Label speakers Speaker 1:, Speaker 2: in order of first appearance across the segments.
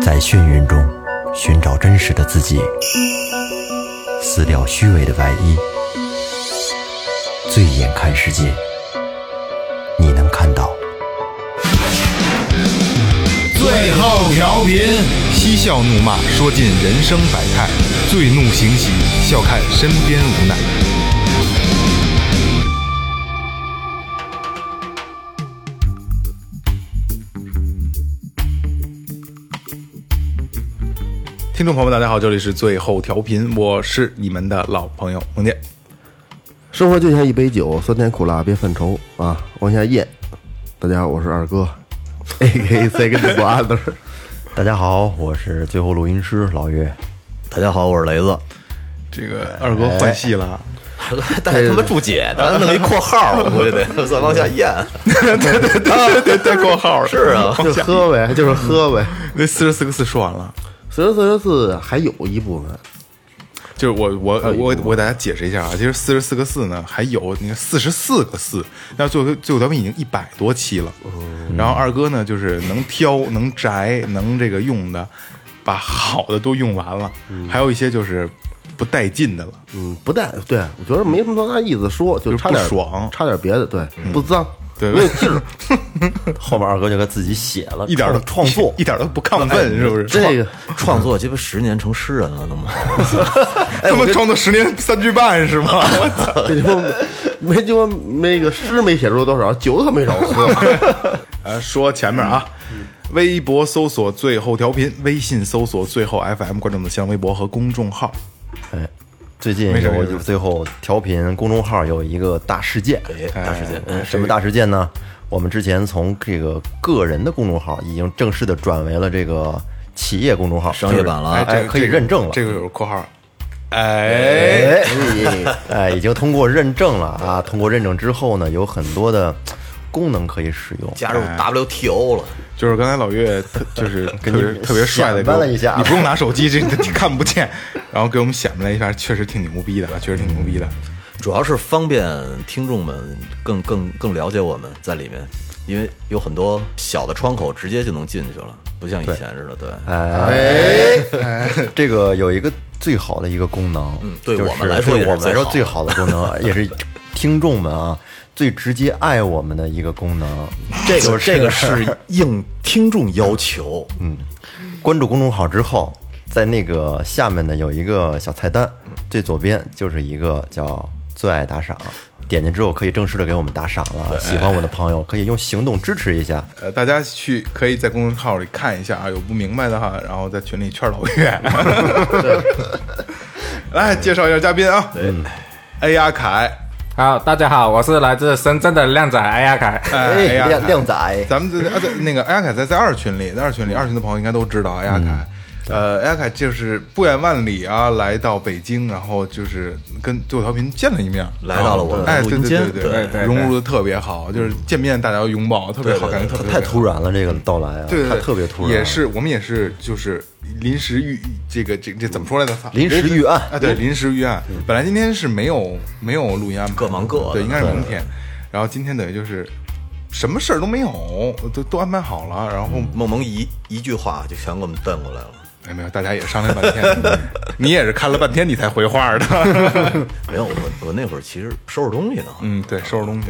Speaker 1: 在眩晕中寻找真实的自己，撕掉虚伪的外衣，醉眼看世界，你能看到。
Speaker 2: 最后调频，
Speaker 3: 嬉笑怒骂，说尽人生百态；醉怒行喜，笑看身边无奈。听众朋友们，大家好，这里是最后调频，我是你们的老朋友萌姐。
Speaker 4: 生活就像一杯酒，酸甜苦辣别犯愁啊！往下咽。大家好，我是二哥，A K Second Brother。
Speaker 1: 大家好，我是最后录音师老岳。
Speaker 5: 大家好，我是雷子。
Speaker 3: 这个二哥换戏了啊，
Speaker 5: 但是他妈注解，咱弄一括号，我估计得再往下咽。
Speaker 3: 带带括号了
Speaker 5: 是啊，
Speaker 4: 就喝呗，就是喝呗。
Speaker 3: 那四十四个字说完了。
Speaker 4: 四十四十四还有一部分，
Speaker 3: 就是我我我我给大家解释一下啊，其实四十四个四呢，还有你看四十四个四，那最后最后咱们已经一百多期了，然后二哥呢就是能挑能摘能这个用的，把好的都用完了，还有一些就是不带劲的了，
Speaker 4: 嗯，不带对，我觉得没什么多大意思说，就
Speaker 3: 就是
Speaker 4: 差点
Speaker 3: 不爽嗯
Speaker 4: 差点别的，对，不脏，
Speaker 3: 对
Speaker 4: 没有 劲儿。
Speaker 5: 后面二哥就给自己写了，
Speaker 3: 一点都
Speaker 5: 创作
Speaker 3: 一，点都不亢奋，是不是？
Speaker 4: 这个
Speaker 5: 创作鸡巴十年成诗人了，他妈。哎，
Speaker 3: 他
Speaker 5: 我
Speaker 3: 们
Speaker 5: 跟
Speaker 3: 创作十 年三句半是吗？
Speaker 4: 这就没就那个诗没写出多少，酒可没少 喝。
Speaker 3: 呃，说前面啊，微博搜索最后调频，微信搜索最后 FM，关注我们的新浪微博和公众号。
Speaker 1: 哎，最近
Speaker 3: 没事没
Speaker 1: 有
Speaker 3: 事
Speaker 1: 有最后调频公众号有一个大事件，
Speaker 3: 哎
Speaker 5: 大事件
Speaker 1: 嗯什么大事件呢？我们之前从这个个人的公众号已经正式的转为了这个企业公众号，
Speaker 5: 商业版了啊
Speaker 1: 哎，
Speaker 3: 这
Speaker 1: 可以认证了，
Speaker 3: 这个有括号。哎，
Speaker 1: 哎，哎，已经通过认证了啊！通过认证之后呢，有很多的功能可以使用。
Speaker 5: 加入 WTO 了，
Speaker 3: 就是刚才老岳特就是 特别
Speaker 1: 你
Speaker 3: 特别帅的
Speaker 1: 显摆了一下
Speaker 3: 你不用拿手机，这这看不见，然后给我们显摆了一下，确实挺牛逼的，啊，确实挺牛逼的。
Speaker 5: 主要是方便听众们更更更了解我们在里面，因为有很多小的窗口直接就能进去了，不像以前似的，对。哎
Speaker 1: 哎这个有一个最好的一个功能，
Speaker 5: 嗯对
Speaker 1: 就是
Speaker 5: 我们来说
Speaker 1: 对
Speaker 5: 也是
Speaker 1: 我们来说最
Speaker 5: 最
Speaker 1: 好的功能， 也是听众们啊最直接爱我们的一个功能。
Speaker 5: 这 个
Speaker 1: 就是
Speaker 5: 这个是应听众要求，嗯，
Speaker 1: 关注公众号之后，在那个下面呢有一个小菜单，最左边就是一个叫“最爱打赏”，点进之后可以正式的给我们打赏了。喜欢我的朋友可以用行动支持一下。
Speaker 3: 呃，大家去可以在公众号里看一下啊，有不明白的哈，然后在群里劝老 岳。来介绍一下嘉宾啊，哎呀凯，
Speaker 2: 好，大家好，我是来自深圳的靓仔哎呀凯，
Speaker 3: 哎呀凯
Speaker 1: 靓靓仔，
Speaker 3: 咱们在啊，在那个艾亚凯在在二群里，在二群里，二群的朋友应该都知道艾亚
Speaker 5: 嗯
Speaker 3: 凯。呃，艾亚凯就是不远万里啊，来到北京，然后就是跟最后调频见了一面，
Speaker 5: 来到了我们
Speaker 3: 哎，
Speaker 5: 录
Speaker 3: 对
Speaker 5: 音
Speaker 3: 对
Speaker 5: 间
Speaker 3: 对
Speaker 2: 对对对
Speaker 3: 融入的特别好，就是见面大家要拥抱，特别好，感觉特别
Speaker 1: 太突然了，这个到来啊，
Speaker 3: 对对
Speaker 1: 它
Speaker 3: 对，
Speaker 1: 特别突然，
Speaker 3: 也是我们也是就是临时预这个这这怎么说来着？操
Speaker 1: 临时预案。嗯
Speaker 3: 啊，对，临时预案。本来今天是没有没有录音安排的，
Speaker 5: 各忙各的
Speaker 3: 对，应该是明天。然后今天等于就是什么事儿都没有，都都安排好了。然后
Speaker 1: 嗯
Speaker 5: 梦萌一一句话就全给我们瞪过来了。
Speaker 3: 哎没有，大家也商量半 天，你也是看了半天你才回话的。
Speaker 5: 没有，我我那会儿其实收拾东西呢，
Speaker 3: 嗯，对，收拾东西。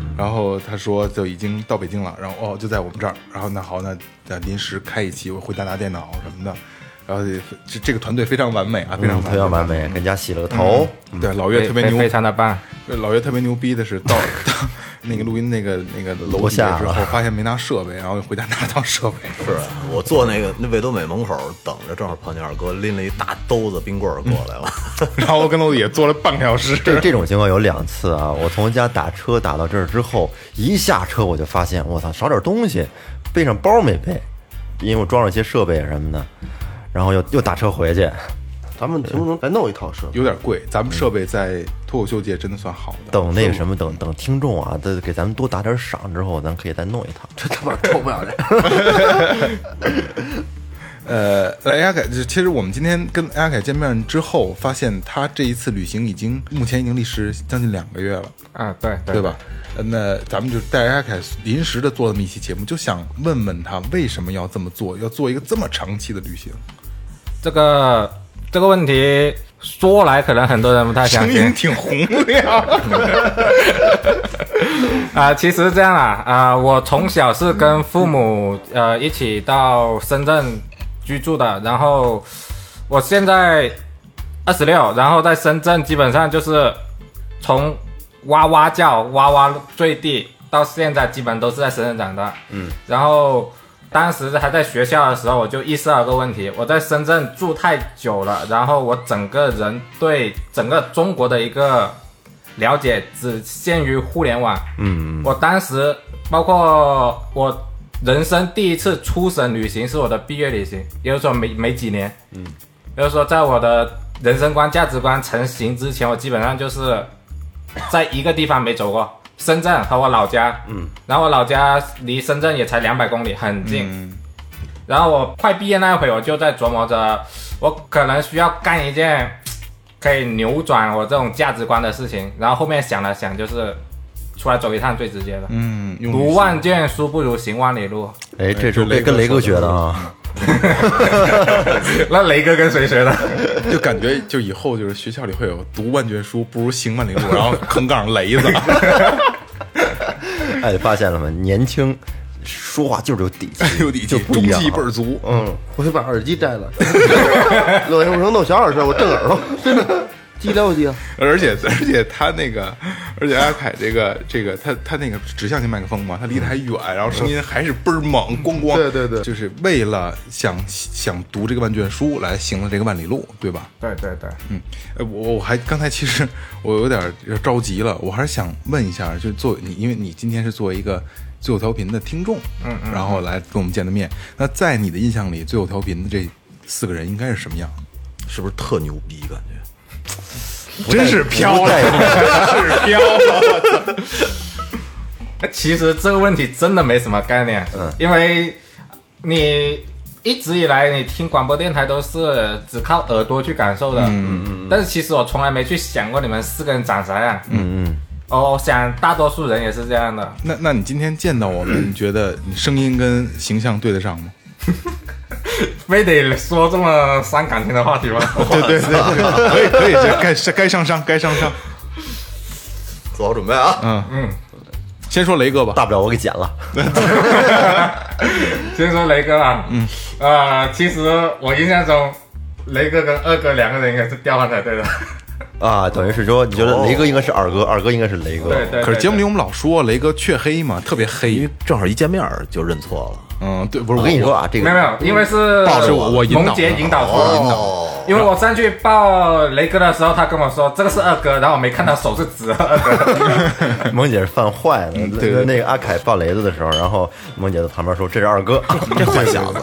Speaker 1: 嗯
Speaker 3: 然后他说就已经到北京了，然后哦就在我们这儿，然后那好那那临时开一期，我回家拿电脑什么的，然后得这这个团队非常完美啊，非常
Speaker 1: 嗯，非常完美，跟嗯家洗了个头，
Speaker 3: 对，老岳特别牛，
Speaker 2: 非常的棒。
Speaker 3: 老岳特别牛逼的是到 到那个录音那个那个楼
Speaker 1: 楼
Speaker 3: 底下
Speaker 1: 下啊
Speaker 3: 之后，发现没拿设备，然后回家拿了趟设 备。
Speaker 5: 是我坐那个那味多美门口等着，正好碰见二哥拎了一大兜子冰棍儿过来了。
Speaker 3: 然后我跟楼底也坐了半个小时。
Speaker 1: 这这种情况有两次啊，我从家打车打到这儿之后，一下车我就发现，我操，少点东西，背上包没背，因为我装了些设备啊什么的，然后又又打车回去，
Speaker 4: 咱
Speaker 1: 呃
Speaker 4: 们能不能再弄一套设 备？
Speaker 3: 有点贵，咱们设备在脱口秀界真的算好的。
Speaker 1: 等那个什么，等等听众啊，再给咱们多打点赏之后，咱可以再弄一套。
Speaker 4: 这他妈受不了这。
Speaker 3: 呃，来阿凯，其实我们今天跟阿凯见面之后，发现他这一次旅行已经目前已经历时将近两个月了，
Speaker 2: 啊，对
Speaker 3: 对？吧？呃那咱们就带着阿凯临时的做这么一期节目，就想问问他为什么要这么做，要做一个这么长期的旅行，
Speaker 2: 这个这个问题说来可能很多人不
Speaker 1: 哎
Speaker 2: 太相
Speaker 3: 声
Speaker 2: 信
Speaker 3: 音，挺洪 亮。
Speaker 2: 啊、其实这样啊，啊、我从小是跟父母呃一起到深圳居住的，然后我现在二十六，然后在深圳基本上就是从哇哇叫哇哇坠地到现在，基本都是在深圳长大。嗯，然后当时还在学校的时候，我就意识到一个问题：我在深圳住太久了，然后我整个人对整个中国的一个了解只限于互联网。嗯，我当时包括我人生第一次出省旅行是我的毕业旅行，也就是说没没几年。嗯，也就是说在我的人生观、价值观成型之前，我基本上就是在一个地方没走过，深圳和我老家。嗯，然后我老家离深圳也才两百公里，很近。然后我快毕业那一会，我就在琢磨着，我可能需要干一件可以扭转我这种价值观的事情。然后后面想了想，就是出来走一趟最直接的。
Speaker 3: 嗯，用
Speaker 2: 读万卷书不如行万里路。
Speaker 1: 哎，这是
Speaker 3: 就雷
Speaker 1: 跟
Speaker 3: 哥
Speaker 1: 跟雷哥
Speaker 3: 说的
Speaker 1: 学的啊，
Speaker 2: 那雷哥跟谁学的？
Speaker 3: 就感觉就以后就是学校里会有读万卷书不如行万里路，然后坑杠雷子。
Speaker 1: 哎，发现了吗？年轻说话就是有底气，
Speaker 3: 有底 气，
Speaker 1: 就不
Speaker 3: 中
Speaker 1: 一 样
Speaker 3: 气倍儿足。
Speaker 1: 嗯，
Speaker 4: 哎我先把耳机摘了。 我我能弄小耳声，我震耳朵，真的。激撩激啊！
Speaker 3: 而且而且他那个，而且阿凯这个这个他他那个指向性麦克风嘛，他离得还远，然后声音还是倍儿猛，咣咣。
Speaker 4: 对对对
Speaker 3: 就是为了想想读这个万卷书来行了这个万里路，对吧？
Speaker 2: 对对对，
Speaker 3: 嗯，呃我我还刚才其实我有点儿着急了，我还是想问一下，就是作为你，因为你今天是作为一个最后调频的听众，嗯嗯，然后来跟我们见的面，那在你的印象里，最后调频的这四个人应该是什么样？
Speaker 5: 是不是特牛逼？感觉
Speaker 3: 真是飘了，真是飘了。
Speaker 2: 其实这个问题真的没什么概念，嗯，因为你一直以来你听广播电台都是只靠耳朵去感受的，嗯嗯，但是其实我从来没去想过你们四个人长啥样，嗯嗯，哦，我想大多数人也是这样的，
Speaker 3: 那那你今天见到我们，你觉得你声音跟形象对得上吗？
Speaker 2: 非得说这么伤感情的话题 吗？
Speaker 3: 对对对对，可以可以，这该该上上该上上。
Speaker 5: 做好准备啊！
Speaker 2: 嗯
Speaker 3: 先说雷哥吧，
Speaker 1: 大不了我给剪了。
Speaker 2: 先说雷哥啦，嗯，呃，其实我印象中雷哥跟二哥两个人应该是调换才
Speaker 3: 哦
Speaker 2: 对的，
Speaker 1: 啊，等于是说，你觉得雷哥应该是二哥，二哥应该是雷哥。
Speaker 2: 对对，
Speaker 3: 可是节目里
Speaker 2: 对
Speaker 3: 我们老说雷哥黢黑嘛，特别
Speaker 5: 因
Speaker 3: 黑
Speaker 5: 为。正好一见面儿就认错了，
Speaker 3: 嗯，对，不是
Speaker 1: 我跟你说啊，这个
Speaker 2: 没有没有，因为是
Speaker 3: 抱着我我引导
Speaker 2: 萌杰
Speaker 3: 的
Speaker 2: 引导说的。
Speaker 5: 哦，
Speaker 2: 因为我上去抱雷哥的时候，他跟我说这个是二哥，然后我没看他手是指着二 哥。
Speaker 1: 萌姐是犯坏了。
Speaker 3: 嗯对对
Speaker 1: 那个阿凯抱雷子的时候，然后萌姐在旁边说：“这是二 哥，这啊坏小子。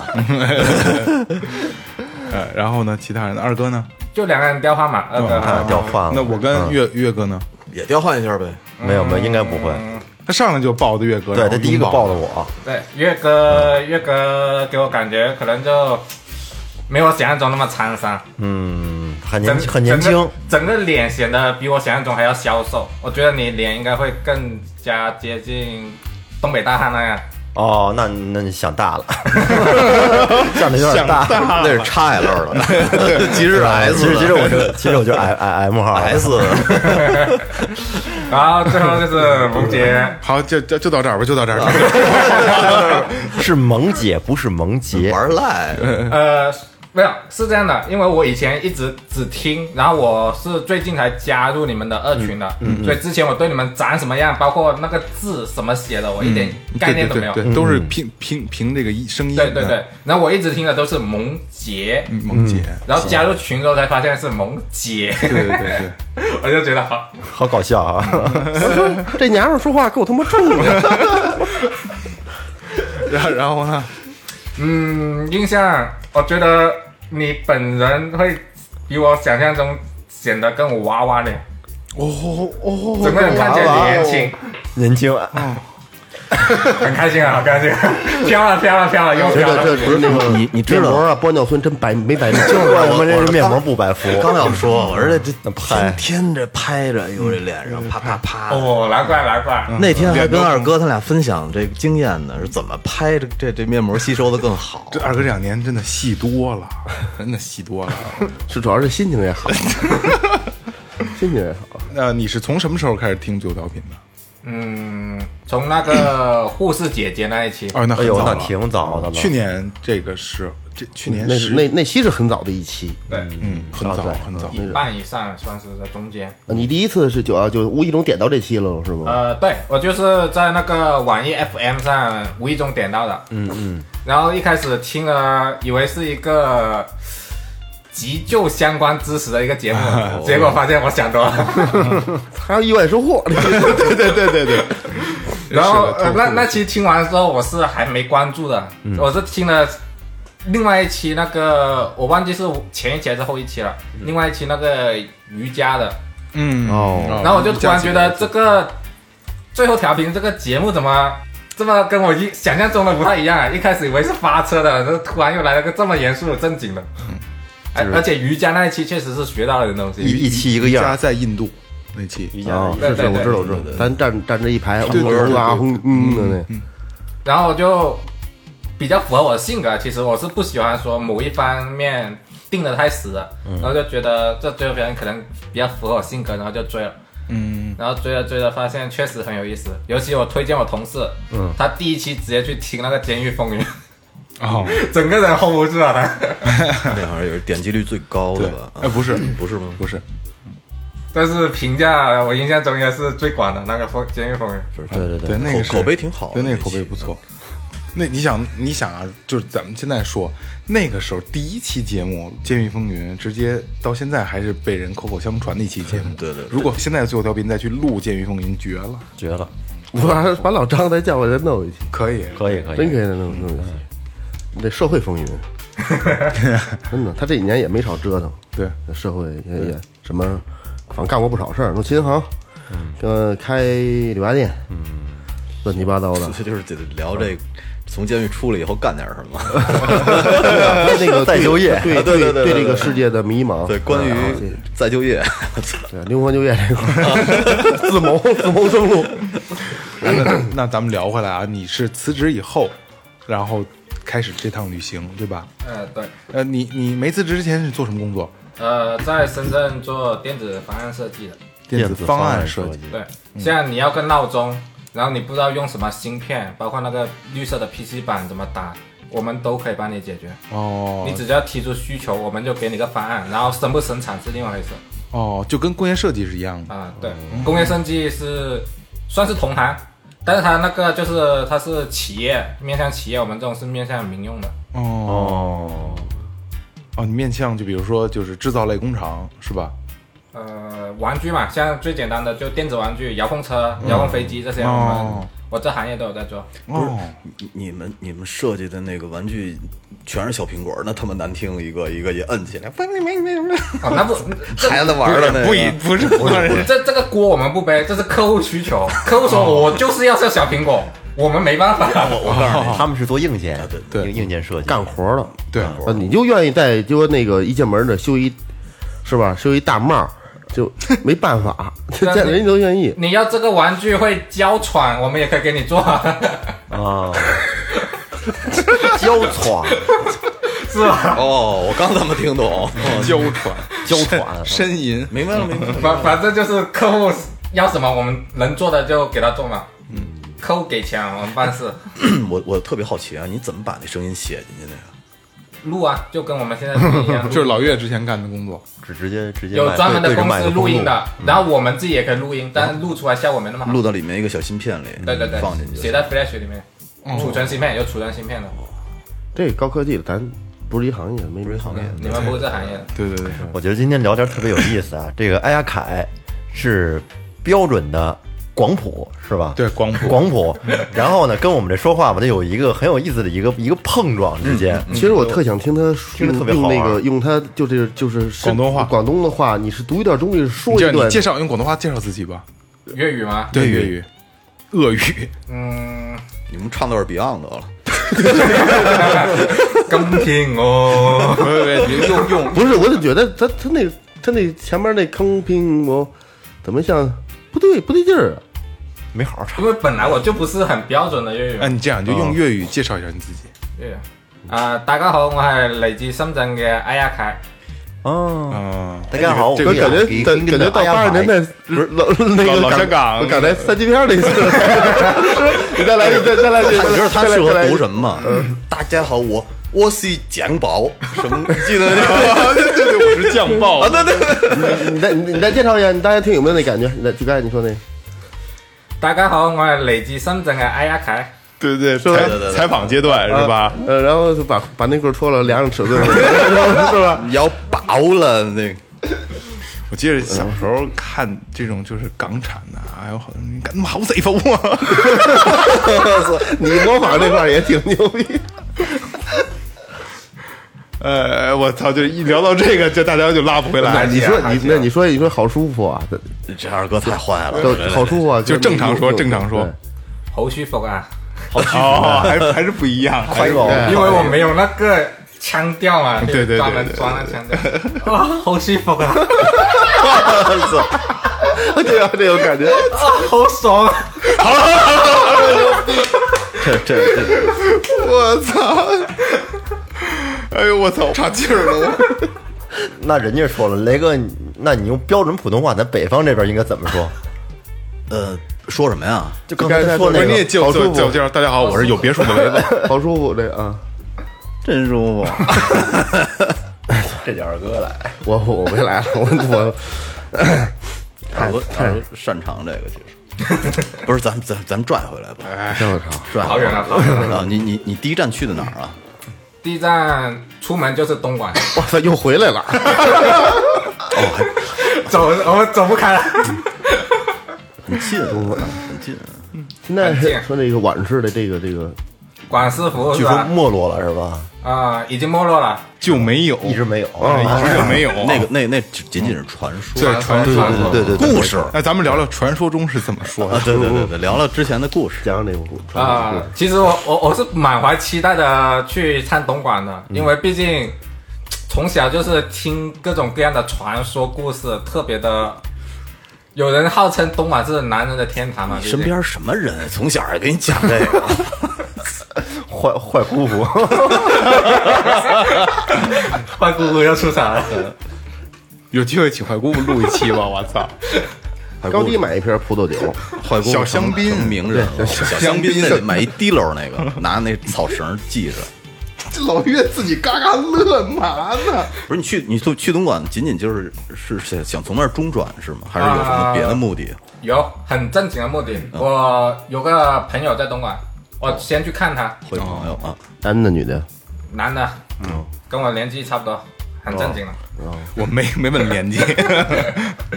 Speaker 3: 呃，然后呢，其他人二哥呢？
Speaker 2: 就两个人雕花嘛，二
Speaker 3: 哦
Speaker 2: 哥
Speaker 1: 啊，
Speaker 2: 和
Speaker 1: 掉换了。
Speaker 3: 那我
Speaker 2: 嗯
Speaker 3: 跟岳岳哥呢？
Speaker 5: 也调换一下呗。
Speaker 1: 没有没有，应该不会。
Speaker 3: 他上来就抱的岳哥，
Speaker 1: 对
Speaker 3: 然后
Speaker 1: 他第一个
Speaker 3: 拥
Speaker 1: 抱的我，
Speaker 2: 对月哥，月哥给我感觉可能就没有我想象中那么沧桑，
Speaker 1: 嗯，很
Speaker 2: 整
Speaker 1: 年很年
Speaker 2: 整
Speaker 1: 轻
Speaker 2: 个，整个脸显得比我想象中还要消瘦。我觉得你脸应该会更加接近东北大汉那样。
Speaker 1: 哦，那那你想大了，想的有点
Speaker 3: 想
Speaker 1: 大。
Speaker 5: 那是 XL 了，极致
Speaker 1: 其
Speaker 5: S，
Speaker 1: 实其实我
Speaker 5: 这
Speaker 1: 这其实我就是哎 I I M 号啊
Speaker 5: S
Speaker 2: 然后最后就是 萌姐，
Speaker 3: 好，就就就到这儿吧，就到这儿。
Speaker 2: 嗯
Speaker 1: 是萌姐，不是萌杰。
Speaker 5: 嗯玩赖，
Speaker 2: 呃，没有，是这样的，因为我以前一直只听，然后我是最近才加入你们的二群的，所以之前我对你们长什么样，包括那个字怎么写的，我一点
Speaker 3: 对
Speaker 2: 概
Speaker 3: 对
Speaker 2: 念都没
Speaker 3: 嗯对
Speaker 2: 有。
Speaker 3: 对，都是
Speaker 1: 嗯
Speaker 3: 凭凭凭这个一声音。
Speaker 2: 对对对，然后我一直听的都是萌杰，
Speaker 3: 嗯，萌姐。
Speaker 2: 然后加入群之后才发现是萌姐，
Speaker 3: 对对对对，
Speaker 2: 我就觉得好，
Speaker 1: 好搞笑啊！
Speaker 4: 这娘们儿说话给我他妈冲的！
Speaker 3: 然后然后呢？
Speaker 2: 嗯，印象我觉得你本人会比我想象中显得更娃娃脸，
Speaker 3: 哦哦哦，
Speaker 2: 整个人看起来年轻。
Speaker 1: 年轻，
Speaker 2: 很开心啊，很开心， 飘了飘了飘了又
Speaker 4: 这
Speaker 2: 飘
Speaker 4: 个
Speaker 2: 了。
Speaker 4: 这是那个
Speaker 5: 你你知道
Speaker 4: 面膜啊，玻尿酸真白没白弄，
Speaker 5: 就是
Speaker 1: 我们这是面膜不白敷，
Speaker 5: 刚要说，我说这这
Speaker 1: 拍
Speaker 5: 天天这拍着，哟这脸上啪啪啪。
Speaker 2: 哦，难怪难怪，
Speaker 5: 那天还跟二哥他俩分享这个经验呢，是怎么拍这这这面膜吸收的 更好
Speaker 3: 这。二哥这两年真的戏多了，真的戏多了。
Speaker 4: 是主要是心情 也好，心情也好。
Speaker 3: 那呃你是从什么时候开始听九刀频的？
Speaker 2: 嗯，从那个护士姐姐那一期，
Speaker 3: 哦，那
Speaker 1: 哎
Speaker 3: 很
Speaker 1: 呦，
Speaker 3: 早
Speaker 1: 那
Speaker 3: 了
Speaker 1: 挺早的了。
Speaker 3: 去年这个是这去年
Speaker 4: 那
Speaker 3: 十
Speaker 4: 是那那期是很早的一期，
Speaker 2: 对，
Speaker 3: 嗯很
Speaker 4: 啊
Speaker 3: 早
Speaker 4: 对
Speaker 3: 很早
Speaker 2: 一半以上算是在中间。
Speaker 4: 你第一次是九幺九，无意中点到这期了是吗？
Speaker 2: 呃，对我就是在那个网易 FM 上无意中点到的，嗯嗯，然后一开始听了，以为是一个急救相关知识的一个 节目，结果发现我想多 了。
Speaker 4: 还有意外收获，
Speaker 3: 对对对对对，
Speaker 2: 然后
Speaker 3: 是的
Speaker 2: 呃，那那期听完之后，我是还没关注的，我是听了另外一期那个，我忘记是前一期还是后一期了，另外一期那个瑜伽的，
Speaker 3: 嗯
Speaker 1: 哦，
Speaker 2: 然后我就突然觉得这个最后调频这个节目怎么这么跟我一想象中的不太一样啊？一开始以为是发车的，这突然又来了个这么严肃正经的。哎，而且瑜伽那一期确实是学到了点东
Speaker 1: 一
Speaker 2: 西。
Speaker 1: 一期一个样
Speaker 3: 家
Speaker 1: 儿，
Speaker 3: 在印度那期，
Speaker 1: 瑜伽
Speaker 4: 啊，
Speaker 1: 的
Speaker 4: 是是，
Speaker 2: 对对
Speaker 4: 我知道，
Speaker 2: 对
Speaker 4: 我知道，咱站站这一排，
Speaker 3: 对对对
Speaker 4: 轰啊
Speaker 3: 对
Speaker 4: 轰，嗯的那，
Speaker 2: 然后我就比较符合我的性格，其实我是不喜欢说某一方面定的太死的，
Speaker 3: 嗯
Speaker 2: 然后就觉得这最后调频可能比较符合我性格，然后就追了。
Speaker 3: 嗯，
Speaker 2: 然后追着追着发现确实很有意思，尤其我推荐我同事，嗯，他第一期直接去听那个《监狱风云》。
Speaker 3: 哦，
Speaker 2: 整个人 hold 不住了。
Speaker 5: 那好像也是点击率最高
Speaker 3: 对
Speaker 5: 的吧，？
Speaker 3: 哎，不是
Speaker 5: 不是吗？
Speaker 3: 不是，
Speaker 2: 但是评价我印象中也是最广的那个风监狱风云，
Speaker 5: 不是，
Speaker 1: 对对
Speaker 3: 对，那个是
Speaker 5: 口口碑挺好的
Speaker 3: 对，那个
Speaker 5: 那
Speaker 3: 口碑
Speaker 5: 期
Speaker 3: 不错。那你想，你想啊，就是咱们现在说那个时候第一期节目《监狱风云》，直接到现在还是被人口口相传的一期节目。
Speaker 5: 对对对
Speaker 3: 如果现在最后调频再去录《监狱风云》，绝了，
Speaker 1: 绝了，
Speaker 4: 我啊把把老张再叫过来弄一期，
Speaker 3: 可以。
Speaker 1: 可以可以，
Speaker 4: 真可以再弄弄一期，那社会风云，真的，他这几年也没少折腾，
Speaker 3: 对，
Speaker 4: 社会也也什么，反正干过不少事儿，弄琴行，呃，开理发店，嗯，乱七八糟 的，
Speaker 5: 这就是得聊这从监狱出来以后干点什么。
Speaker 4: 那个
Speaker 1: 再就业
Speaker 4: 对
Speaker 5: 对对对
Speaker 4: 对
Speaker 5: 对
Speaker 4: 这个世界的迷茫，
Speaker 5: 对，关于再就业，
Speaker 4: 对灵活就业这块儿， 自谋自谋生路，
Speaker 3: 那那咱们聊回来啊，你是辞职以后，然后开始这趟旅行，对吧？
Speaker 2: 呃对，
Speaker 3: 呃，你你没辞职之前是做什么工作？
Speaker 2: 呃在深圳做电子方案设计的，
Speaker 3: 电
Speaker 1: 子
Speaker 3: 子方案
Speaker 1: 案
Speaker 3: 设计
Speaker 1: 计。
Speaker 2: 对，像你要个闹钟，然后你不知道用什么芯片，包括那个绿色的 PC 板怎么打，我们都可以帮你解决。
Speaker 3: 哦
Speaker 2: 你只要提出需求，我们就给你个方案，然后生不生产是另外一回事。
Speaker 3: 哦，就跟工业设计是一样的。
Speaker 2: 啊、对，工业生计是算是同行，但是它那个就是它是企业面向企业，我们这种是面向民用的。
Speaker 3: 哦
Speaker 1: 哦，
Speaker 3: 哦，你面向就比如说就是制造类工厂是吧？
Speaker 2: 呃，玩具嘛，像最简单的就电子玩具、遥控车、遥控飞机这些，我们、
Speaker 3: 哦
Speaker 2: 我这行业都有在做。
Speaker 3: 哦，
Speaker 5: 你你们你们设计的那个玩具全是小苹果，那他妈难听，一个一个也摁起来，
Speaker 2: 哦，那不，这
Speaker 5: 孩子玩的那
Speaker 3: 不一
Speaker 5: 个。
Speaker 3: 不是不是，
Speaker 2: 这这个锅我们不背，这是客户需求。客户说我就是要这小苹果，我们没办法。
Speaker 5: 我告诉
Speaker 4: 啊
Speaker 1: 他们是做硬件，
Speaker 5: 对
Speaker 3: 对
Speaker 1: 硬硬件设计
Speaker 4: 干活了，
Speaker 3: 对，
Speaker 4: 啊，你就愿意在就说那个一进门的修一，是吧？修一大帽儿，就没办 法，这
Speaker 2: 但是
Speaker 4: 人家都愿意。
Speaker 2: 你要这个玩具会娇喘，我们也可以给你做，
Speaker 1: 啊，娇喘
Speaker 2: 是吧？
Speaker 5: 哦，我刚他妈 听懂，哦
Speaker 3: 娇喘
Speaker 1: 娇喘，
Speaker 3: 呻吟，
Speaker 5: 明白了明白了。
Speaker 2: 反反正就是客户要什么，我们能做的就给他做嘛。嗯，客户给钱我们办事，
Speaker 5: 我我特别好奇啊，你怎么把那声音写进去的呀？
Speaker 2: 录啊，就跟我们现在录一样，
Speaker 3: 就是老岳之前干的工作。
Speaker 1: 直直接直接
Speaker 2: 有
Speaker 1: 麦
Speaker 2: 专门的
Speaker 1: 对着
Speaker 2: 公
Speaker 1: 麦克
Speaker 2: 司
Speaker 1: 风
Speaker 2: 录音的，然后我们自己也可以录音，但是录出来效果没那么好。
Speaker 5: 录到里面一个小芯片里，
Speaker 2: 对对对
Speaker 5: 放进，去。
Speaker 2: 写在 Flash 里面，储存芯片有储存芯片的，
Speaker 4: 这高科技的，咱不是一行业，没不是一行业。
Speaker 2: 你们不是这行业的。
Speaker 3: 对对对，
Speaker 1: 我觉得今天聊天特别有意思啊。这个艾亚凯是标准的广普是吧？
Speaker 3: 对广普
Speaker 1: 广普。然后呢，跟我们这说话吧，它有一个很有意思的一个一个碰撞之间。
Speaker 4: 其实我特想听他说
Speaker 1: 听着特别
Speaker 4: 用
Speaker 1: 好玩
Speaker 4: 那个用他就这就是
Speaker 3: 广东话
Speaker 4: 广东的话，你是读一段东西说
Speaker 3: 这
Speaker 4: 一
Speaker 3: 样你
Speaker 4: 段
Speaker 3: 介绍用广东话介绍自己吧。
Speaker 2: 粤语吗？
Speaker 3: 对粤语，恶语，
Speaker 5: 你们唱的是 Beyond 的了，
Speaker 2: 更听哦，
Speaker 3: 不不不，你用用
Speaker 4: 不是，我就觉得他他那他那前面那坑拼我怎么像不对不对劲儿啊？
Speaker 1: 没好好唱。
Speaker 2: 因为本来我就不是很标准的粤语
Speaker 3: 哎，你这样就用粤语介绍一下你自己。
Speaker 2: 粤语啊，大家好，我係嚟自深圳嘅阿亚凯，
Speaker 1: 哦，
Speaker 3: 嗯，
Speaker 1: 大家好，我
Speaker 4: 感觉
Speaker 1: 给
Speaker 4: 感
Speaker 1: 给
Speaker 4: 感觉到
Speaker 1: 哎呀
Speaker 4: 八十年代老那个
Speaker 3: 老
Speaker 4: 港
Speaker 3: 香港
Speaker 4: 我刚才三级片儿那次， 你再来，你再再来，你
Speaker 5: 你知道他
Speaker 4: 再来
Speaker 5: 适合
Speaker 4: 再来
Speaker 5: 读什么吗？大家好，我我是蒋宝，什么你记得那 个？对对对，我是酱爆啊！对对对，
Speaker 4: 你再你再介绍一下，你大家听有没有那感觉？你再就刚才你说那，
Speaker 2: 大家好，我係嚟自深圳嘅阿亚凯。
Speaker 3: 对对，采
Speaker 5: 对对对
Speaker 3: 采访阶段是吧？
Speaker 4: 呃，然后就把把内裤脱了，量量尺寸， 是 吧？
Speaker 5: 你要薄了那个，
Speaker 3: 我记得小时候看这种就是港产的，哎呦，你干嘛好贼风啊！
Speaker 4: 你模仿这块儿也挺牛逼。
Speaker 3: 呃，我操，就一聊到这个，就大家就拉不回来。
Speaker 4: 你说你哎那你说你说好舒服啊，
Speaker 5: 这二哥太坏了，
Speaker 4: 都好舒服啊，
Speaker 3: 就正常说正常说
Speaker 2: 好舒服啊，
Speaker 3: 哦，还是还是不一样，哎还是
Speaker 4: 对
Speaker 2: 因为我没有那个腔调啊，
Speaker 3: 嗯对对对
Speaker 2: 专门装那 腔调，哇，好舒服啊，
Speaker 4: 对对啊，这种感觉。
Speaker 2: 好爽啊，
Speaker 5: 这这这
Speaker 3: 我操！哎呦，我操，岔气儿了！
Speaker 1: 那人家说了，雷哥，你那你用标准普通话，咱北方这边应该怎么说？
Speaker 5: 呃，说什么呀？
Speaker 1: 就刚才他说
Speaker 3: 我
Speaker 1: 那
Speaker 3: 说你也
Speaker 1: 个，
Speaker 3: 介
Speaker 4: 好
Speaker 3: 绍
Speaker 4: 舒服
Speaker 3: 介绍介绍，大家好，我是有别墅的雷子。
Speaker 4: 好舒服，这个啊，
Speaker 5: 真舒服。
Speaker 1: 这叫二哥来。
Speaker 4: 我我我没来了，我
Speaker 5: 二哥二哥擅长这个，其实 不是，咱咱咱们拽回来吧，
Speaker 4: 我正常。
Speaker 5: 拽
Speaker 2: 好
Speaker 5: 回
Speaker 2: 远
Speaker 5: 来
Speaker 2: 啊，好远啊。
Speaker 5: 啊！你你你第一站去的哪儿啊？
Speaker 2: 第一站出门就是东莞，
Speaker 4: 我操，又回来 了。
Speaker 3: 哦
Speaker 2: 走，我们走不开了。
Speaker 5: 很近，很近。
Speaker 4: 现在 说那个皖式的这个这个，
Speaker 2: 管师傅
Speaker 1: 据
Speaker 2: 是
Speaker 1: 说
Speaker 2: 吧？
Speaker 1: 没落了是吧？
Speaker 2: 啊，已经没落了，
Speaker 3: 就没有，
Speaker 1: 一直没有。
Speaker 3: 一直就没有
Speaker 5: 那个那那仅仅是传说，
Speaker 3: 对传说。
Speaker 2: 说
Speaker 1: 对对对，
Speaker 5: 故事
Speaker 3: 哎，咱们聊聊传说中是怎么说
Speaker 5: 啊
Speaker 3: 的？，
Speaker 5: 对对对对，聊聊之前的故事。
Speaker 4: 讲讲那个故事
Speaker 2: 啊、其实我我我是满怀期待的去看东莞的，因为毕竟从小就是听各种各样的传说故事，特别的。有人号称东莞是男人的天堂嘛？毕竟
Speaker 5: 身边什么人从小就给你讲这个？
Speaker 1: 坏坏姑父，
Speaker 2: 坏姑姑要出场了。
Speaker 3: 有机会请坏姑父录一期吧！ 我操，
Speaker 4: 高低买一瓶葡萄酒，
Speaker 5: 坏公
Speaker 3: 小香槟
Speaker 5: 名人，
Speaker 3: 哦
Speaker 5: 小香槟那得买一滴溜儿那个，拿那草绳系着。
Speaker 3: 这老岳自己嘎嘎乐嘛呢？
Speaker 5: 不是你去你去去东莞，仅仅就是是想想从那儿中转是吗？还是有什么别
Speaker 1: 啊
Speaker 5: 的目的？
Speaker 2: 有很正经的目的，我有个朋友在东莞，我先去看他，
Speaker 5: 会朋友啊，
Speaker 4: 男的女的，
Speaker 2: 男的，嗯，跟我年纪差不多，很正经的。
Speaker 3: 我没没问年纪，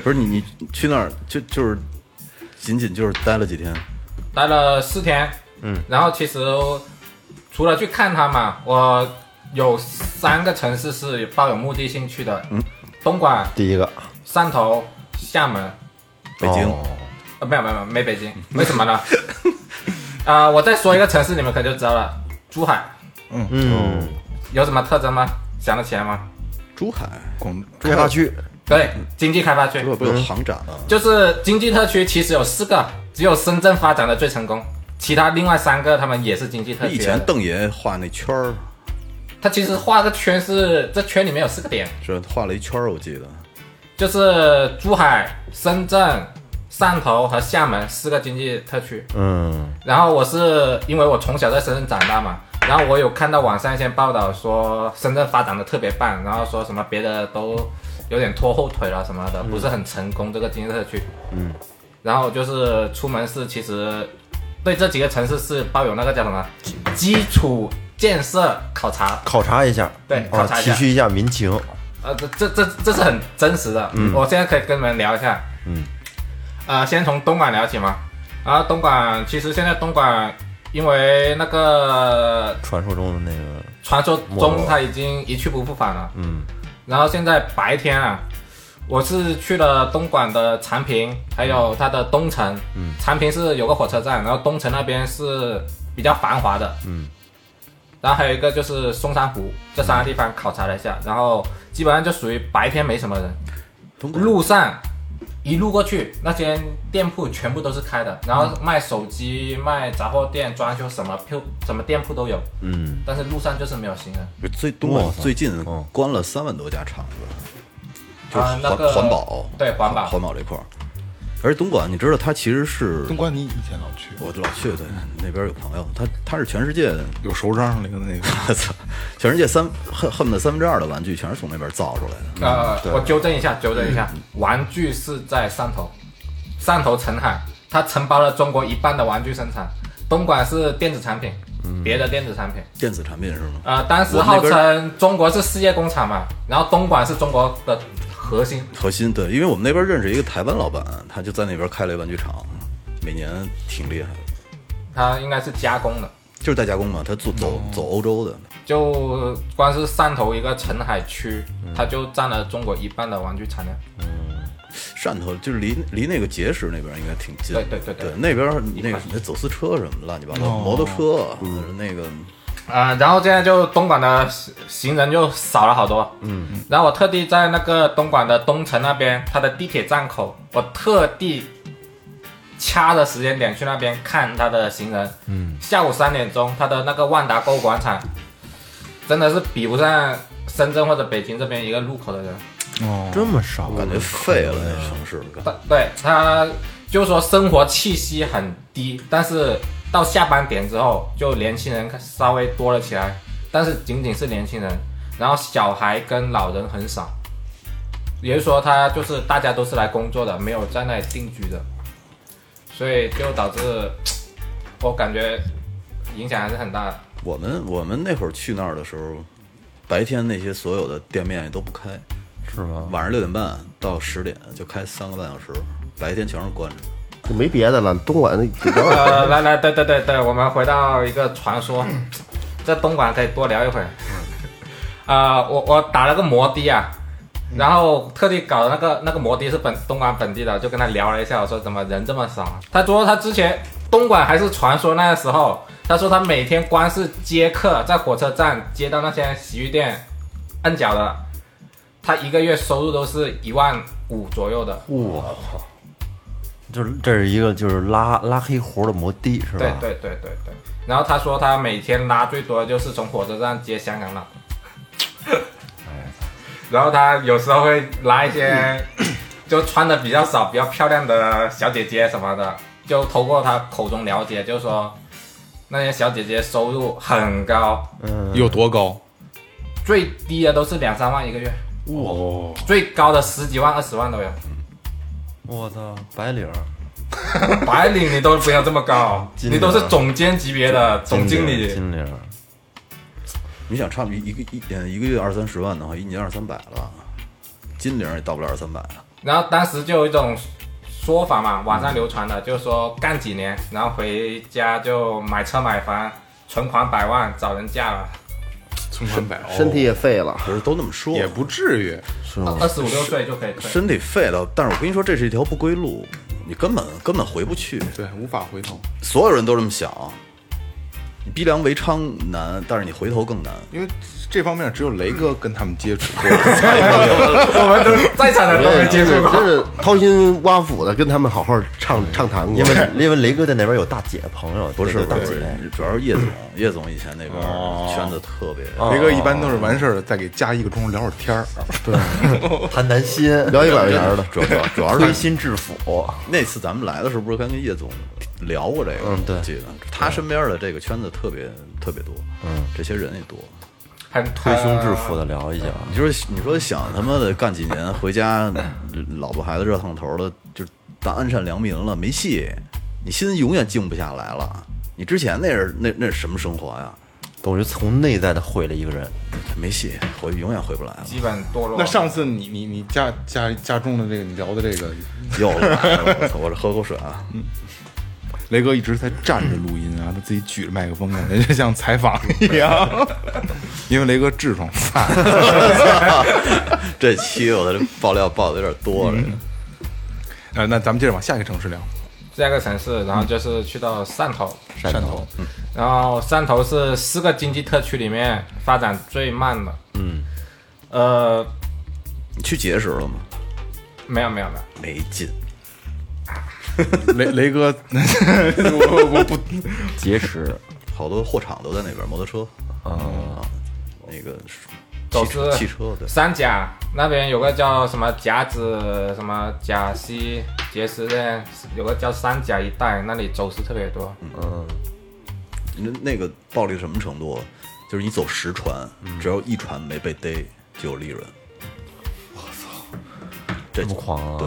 Speaker 5: 不是你你去那儿就就是仅仅就是待了几天，
Speaker 2: 待了四天，嗯，然后其实除了去看他嘛，我有三个城市是抱有目的性去的，嗯，东莞、
Speaker 1: 第一个
Speaker 2: 汕头、厦门，
Speaker 5: 北京
Speaker 1: 哦
Speaker 2: 呃，没有没有没有没北京，
Speaker 5: 嗯
Speaker 2: 为什么 呢？啊、我再说一个城市，你们可就知道了，珠海
Speaker 1: 嗯，
Speaker 2: 有什么特征吗？想得起来吗？
Speaker 5: 珠海
Speaker 3: 广
Speaker 1: 开发区
Speaker 2: 对，经济开发区
Speaker 5: 这嗯不有
Speaker 1: 嗯
Speaker 5: 航展啊吗？
Speaker 2: 就是经济特区，其实有四个，只有深圳发展的最成功，其他另外三个他们也是经济特区。
Speaker 5: 以前邓爷画那圈儿，
Speaker 2: 他其实画个圈是这圈里面有四个点，
Speaker 5: 是画了一圈儿，我记得
Speaker 2: 就是珠海、深圳、汕头和厦门四个经济特区。
Speaker 1: 嗯，
Speaker 2: 然后我是因为我从小在深圳长大嘛，然后我有看到网上一些报道说深圳发展的特别棒，然后说什么别的都有点拖后腿了什么的，不是很成功这个经济特区。嗯，然后就是出门是其实对这几个城市是抱有那个叫什么基础建设考察，
Speaker 1: 考察一下，
Speaker 2: 对
Speaker 1: 啊
Speaker 2: 考察一
Speaker 1: 体
Speaker 2: 下
Speaker 1: 恤一下民情。
Speaker 2: 呃，这这这这是很真实的。我现在可以跟你们聊一下。嗯，呃，先从东莞聊起嘛。然后东莞，其实现在东莞因为那个
Speaker 1: 传说中的那个
Speaker 2: 传说
Speaker 1: 没
Speaker 2: 中
Speaker 1: 落
Speaker 2: 它已经一去不复返了。嗯，然后现在白天啊，我是去了东莞的长平，还有它的东城。嗯，长平是有个火车站，然后东城那边是比较繁华的。嗯，然后还有一个就是松山湖，这三个地方考察了一下，然后基本上就属于白天没什么人。路上一路过去，那间店铺全部都是开的，然后卖手机、卖杂货店、装修什么铺什么店铺都有。嗯，但是路上就是没有行人。
Speaker 5: 最东莞
Speaker 1: 哇塞嗯
Speaker 5: 最近关了三万多家厂子，就是
Speaker 2: 啊
Speaker 5: 环
Speaker 2: 那个
Speaker 5: 环保，
Speaker 2: 对环保
Speaker 5: 环保这块儿。而东莞，你知道它其实是
Speaker 3: 东莞你以前老去，
Speaker 5: 我老去对那边有朋友，他他是全世界，
Speaker 3: 有手账那个那个，
Speaker 5: 我操， 全世界三恨恨不得三分之二的玩具全是从那边造出来的。
Speaker 2: 呃，我纠正一下，纠正一
Speaker 5: 嗯
Speaker 2: 下，玩具是在汕头，汕头澄海，它承包了中国一半的玩具生产。东莞是电子产品，
Speaker 5: 嗯
Speaker 2: 别的电子产品。
Speaker 5: 电子产品是吗？
Speaker 2: 呃，当时
Speaker 5: 我们那
Speaker 2: 号
Speaker 5: 边
Speaker 2: 称中国是世界工厂嘛，然后东莞是中国的核心。
Speaker 5: 核心对，因为我们那边认识一个台湾老板，他就在那边开了一玩具厂，每年挺厉害的，
Speaker 2: 它应该是加工的。
Speaker 5: 就是代加工嘛，他做走走欧洲的，
Speaker 2: 就光是汕头一个澄海区，
Speaker 5: 嗯
Speaker 2: 它就占了中国一半的玩具产量。
Speaker 5: 汕头就是离离那个碣石那边应该挺近的，
Speaker 2: 对对对对
Speaker 5: 那边那个什么走私车什么乱七八糟，摩托车，那个
Speaker 2: 啊、然后现在就东莞的行行人就少了好多。嗯，然后我特地在那个东莞的东城那边，它的地铁站口，我特地掐着时间点去那边看它的行人。嗯，下午三点钟，它的那个万达购物广场，真的是比不上深圳或者北京这边一个路口的人。
Speaker 1: 这
Speaker 3: 哦
Speaker 1: 么少，
Speaker 5: 感觉废了那城市，感觉
Speaker 2: 对对，他就说生活气息很低，但是到下班点之后，就年轻人稍微多了起来，但是仅仅是年轻人，然后小孩跟老人很少，也就是说，他就是大家都是来工作的，没有在那里定居的，所以就导致我感觉影响还是很大的。
Speaker 5: 我们我们那会儿去那儿的时候，白天那些所有的店面也都不开，
Speaker 1: 是吗？
Speaker 5: 晚上六点半到十点就开三个半小时，白天全是关着。
Speaker 4: 就没别的了，东莞那聊点
Speaker 2: 呃，来来，对对对对，我们回到一个传说，在东莞可以多聊一会儿。呃，我我打了个摩的啊，然后特地搞的那个那个摩的是本东莞本地的，就跟他聊了一下，我说怎么人这么少？他说他之前东莞还是传说那个时候，他说他每天光是接客，在火车站接到那些洗浴店按脚的，他一个月收入都是一万五左右的。
Speaker 1: 就是这是一个就是拉拉黑活的摩的是吧？
Speaker 2: 对对对对对。然后他说他每天拉最多的就是从火车站接香港佬，然后他有时候会拉一些 就穿的比较少、比较漂亮的小姐姐什么的，就通过他口中了解，就说那些小姐姐收入很高，
Speaker 3: 有多高？
Speaker 2: 最低的都是两三万一个月，
Speaker 3: 哇，
Speaker 2: 最高的十几万、二十万都有。
Speaker 1: 我操，白领儿
Speaker 2: 白领你都不要这么高，
Speaker 1: 经理
Speaker 2: 你都是总监级别的总经
Speaker 1: 理，
Speaker 2: 理。
Speaker 1: 金领儿，
Speaker 5: 你想差不多一个一呃一个月二三十万的话，一年二三百了，金领也到不了二三百啊了。
Speaker 2: 然后当时就有一种说法嘛，网上流传的，就是说干几年，然后回家就买车买房，存款百万，找人嫁了。
Speaker 3: 存款百，哦
Speaker 4: 身体也废了，
Speaker 5: 可是都那么说，
Speaker 3: 也不至于。
Speaker 4: 是吗？
Speaker 2: 二十五六岁就可以退，
Speaker 5: 身体废了。但是我跟你说，这是一条不归路，你根本根本回不去。
Speaker 3: 对，无法回头，
Speaker 5: 所有人都这么想，你逼良为娼难，但是你回头更难。
Speaker 3: 因为这方面只有雷哥跟他们接 触过。
Speaker 2: 我们都在场的都没接触
Speaker 4: 真
Speaker 2: 过。
Speaker 4: 是掏心挖腹的跟他们好好畅畅谈过，
Speaker 1: 因为因为雷哥在那边有大姐朋友，
Speaker 5: 不是
Speaker 1: 对
Speaker 5: 不
Speaker 1: 大
Speaker 5: 是
Speaker 1: 姐，，
Speaker 5: 主要是叶总，叶总以前那边
Speaker 1: 哦
Speaker 5: 圈子特别，
Speaker 3: 雷哥一般都是完事儿了再给加一个钟聊会儿天儿。
Speaker 1: 谈谈心，
Speaker 4: 聊一百块钱的，
Speaker 5: 主要主要主要
Speaker 1: 推
Speaker 5: 是
Speaker 1: 心置腹，
Speaker 5: 那次咱们来的时候，不是刚跟叶总聊过这个？
Speaker 1: 嗯对
Speaker 5: 我记得他身边的这个圈子特别特别多，嗯，这些人也多。
Speaker 2: 很
Speaker 1: 推胸置腹的聊一下。
Speaker 5: 你说你说想他妈的干几年回家，老婆孩子热炕头的，就是当安善良民了，没戏，你心永远静不下来了。你之前那是那那是什么生活呀？
Speaker 1: 总是从内在的毁了一个人，
Speaker 5: 没戏，回永远回不来了。
Speaker 2: 基本堕落。
Speaker 3: 那上次你你你加加加重了这个你聊的这个，
Speaker 5: 又来了，我操！我这喝口水啊。
Speaker 3: 雷哥一直在站着录音啊，他自己举着麦克风，感觉就像采访一样。因为雷哥痔疮犯，
Speaker 5: 这期我的爆料爆的有点多了，
Speaker 3: 呃，那咱们接着往下一个城市聊。
Speaker 2: 下一个城市，然后就是去到汕头，
Speaker 1: 汕头
Speaker 2: 头，然后汕头是四个经济特区里面发展最慢的，嗯，呃，
Speaker 5: 你去结识了吗？
Speaker 2: 没有没有没有，
Speaker 5: 没劲，
Speaker 3: 雷雷哥，我我不
Speaker 1: 结石
Speaker 5: 好多货场都在那边，摩托车啊，那个
Speaker 2: 走
Speaker 5: 汽
Speaker 2: 私
Speaker 5: 车汽车对，
Speaker 2: 三甲那边有个叫什么甲子、什么甲西、碣石的，有个叫三甲一带，那里走私特别多。
Speaker 5: 嗯那那个暴利到什么程度？就是你走十船，只要一船没被逮，就有利润。我操，这
Speaker 1: 这么狂啊！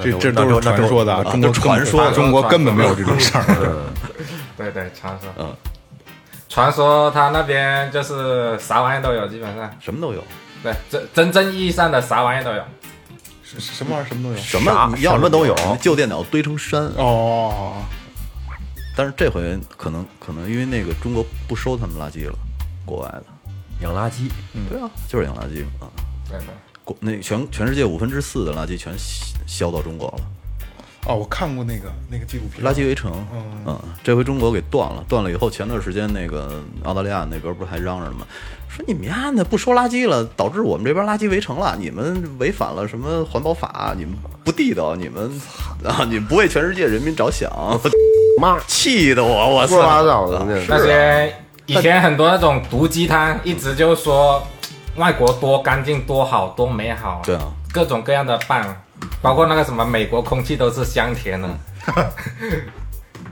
Speaker 5: 对，
Speaker 3: 这这
Speaker 1: 那
Speaker 3: 都是
Speaker 1: 就那
Speaker 3: 传
Speaker 1: 就
Speaker 3: 说的啊，
Speaker 5: 啊
Speaker 3: 中国
Speaker 5: 都传
Speaker 3: 根
Speaker 5: 说的
Speaker 3: 中国根本没有这种事儿。
Speaker 2: 对对，传说，
Speaker 5: 嗯，
Speaker 2: 传说他那边就是啥玩意都有，基本上，
Speaker 5: 什么都有，
Speaker 2: 对，真真正意义上的啥玩意都有。
Speaker 3: 什什么玩意儿，什么都有。
Speaker 5: 什么啊你要
Speaker 1: 什么都有
Speaker 5: 旧电脑堆成山。啊
Speaker 3: 哦，
Speaker 5: 但是这回可能可能因为那个中国不收他们垃圾了，国外的，
Speaker 1: 养垃圾，
Speaker 5: 对啊，就是养垃圾嘛。
Speaker 2: 对对，
Speaker 5: 国那全全世界五分之四的垃圾全吸销到中国了，
Speaker 3: 哦，我看过那个那个纪录片，
Speaker 5: 垃圾围城，嗯，这回中国给断了，断了以后，前段时间那个澳大利亚那边不是还嚷嚷吗？说你们呀，那不收垃圾了，导致我们这边垃圾围城了，你们违反了什么环保法？你们不地道，你们 啊，你们不为全世界人民着想，
Speaker 4: 妈
Speaker 5: 气得我，我
Speaker 4: 胡说八
Speaker 5: 操！啊
Speaker 4: 道的那
Speaker 2: 那
Speaker 4: 是
Speaker 2: 些以前很多那种毒鸡汤，一直就说外国多干净、多好、多美好，
Speaker 5: 对啊，
Speaker 2: 各种各样的棒，包括那个什么美国空气都是香甜的。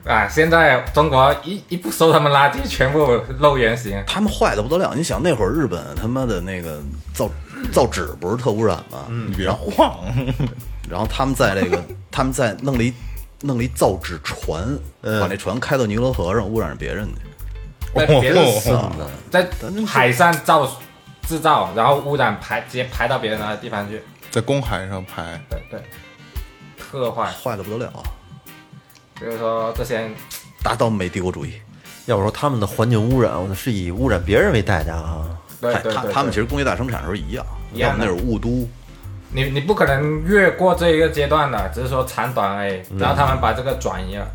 Speaker 2: 啊！现在中国一一不收他们垃圾，全部露原形。
Speaker 5: 他们坏的不得了，你想那会儿日本他妈的那个造造纸不是特污染吗？嗯，
Speaker 3: 你别晃。
Speaker 5: 然后他们在这个， 他们在弄了一弄了一造纸船，把那船开到尼罗河上，污染别人去。
Speaker 2: 在别人死
Speaker 3: 哦
Speaker 2: 在海上造制造，然后污染排直接排到别人的地方去。
Speaker 3: 在公海上拍，
Speaker 2: 对对，特坏。
Speaker 5: 坏的不得了，啊
Speaker 2: 所以说这些人
Speaker 5: 达到美帝国主义。
Speaker 1: 要不说他们的环境污染，我们是以污染别人为代价啊。
Speaker 2: 对
Speaker 5: 嗨
Speaker 2: 对
Speaker 5: 他
Speaker 2: 对，
Speaker 5: 他们其
Speaker 2: 对
Speaker 5: 实工业大生产的时候一样，
Speaker 2: 一样
Speaker 5: 要
Speaker 2: 的
Speaker 5: 么那是雾都，
Speaker 2: 你你不可能越过这一个阶段的，只是说长短而已。然后他们把这个转移了。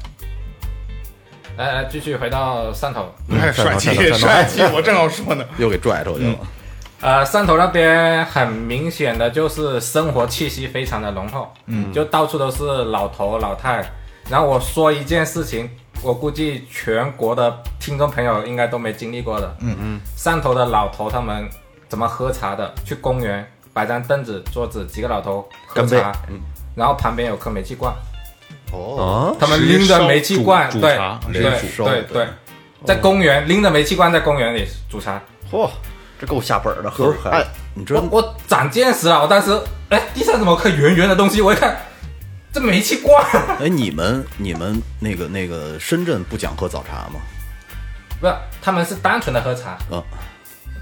Speaker 2: 来来，继续回到汕头。
Speaker 3: 太哎帅气
Speaker 1: 站，到
Speaker 3: 帅气！我正要说呢，
Speaker 5: 又给拽出去了。
Speaker 2: 呃，汕头那边很明显的就是生活气息非常的浓厚，嗯，就到处都是老头老太。然后我说一件事情，我估计全国的听众朋友应该都没经历过的，嗯嗯，汕头的老头他们怎么喝茶的？去公园摆张凳子桌子，几个老头喝
Speaker 1: 干杯
Speaker 2: 茶，然后旁边有颗煤气罐，
Speaker 5: 哦，
Speaker 1: 啊，
Speaker 2: 他们拎着煤气罐，
Speaker 3: 直接
Speaker 2: 对
Speaker 3: 烧煮煮茶
Speaker 2: 对
Speaker 3: 直
Speaker 5: 接煮
Speaker 2: 对对，在公园拎着煤气罐在公园里煮茶，
Speaker 1: 嚯，这够下本儿的，喝
Speaker 5: 哎，你知道
Speaker 2: 我我长见识了，我当时哎，地上怎么颗圆圆的东西？我一看，这煤气罐。
Speaker 5: 哎，你们你们那个那个深圳不讲喝早茶吗？
Speaker 2: 不是，他们是单纯的喝茶。
Speaker 5: 啊，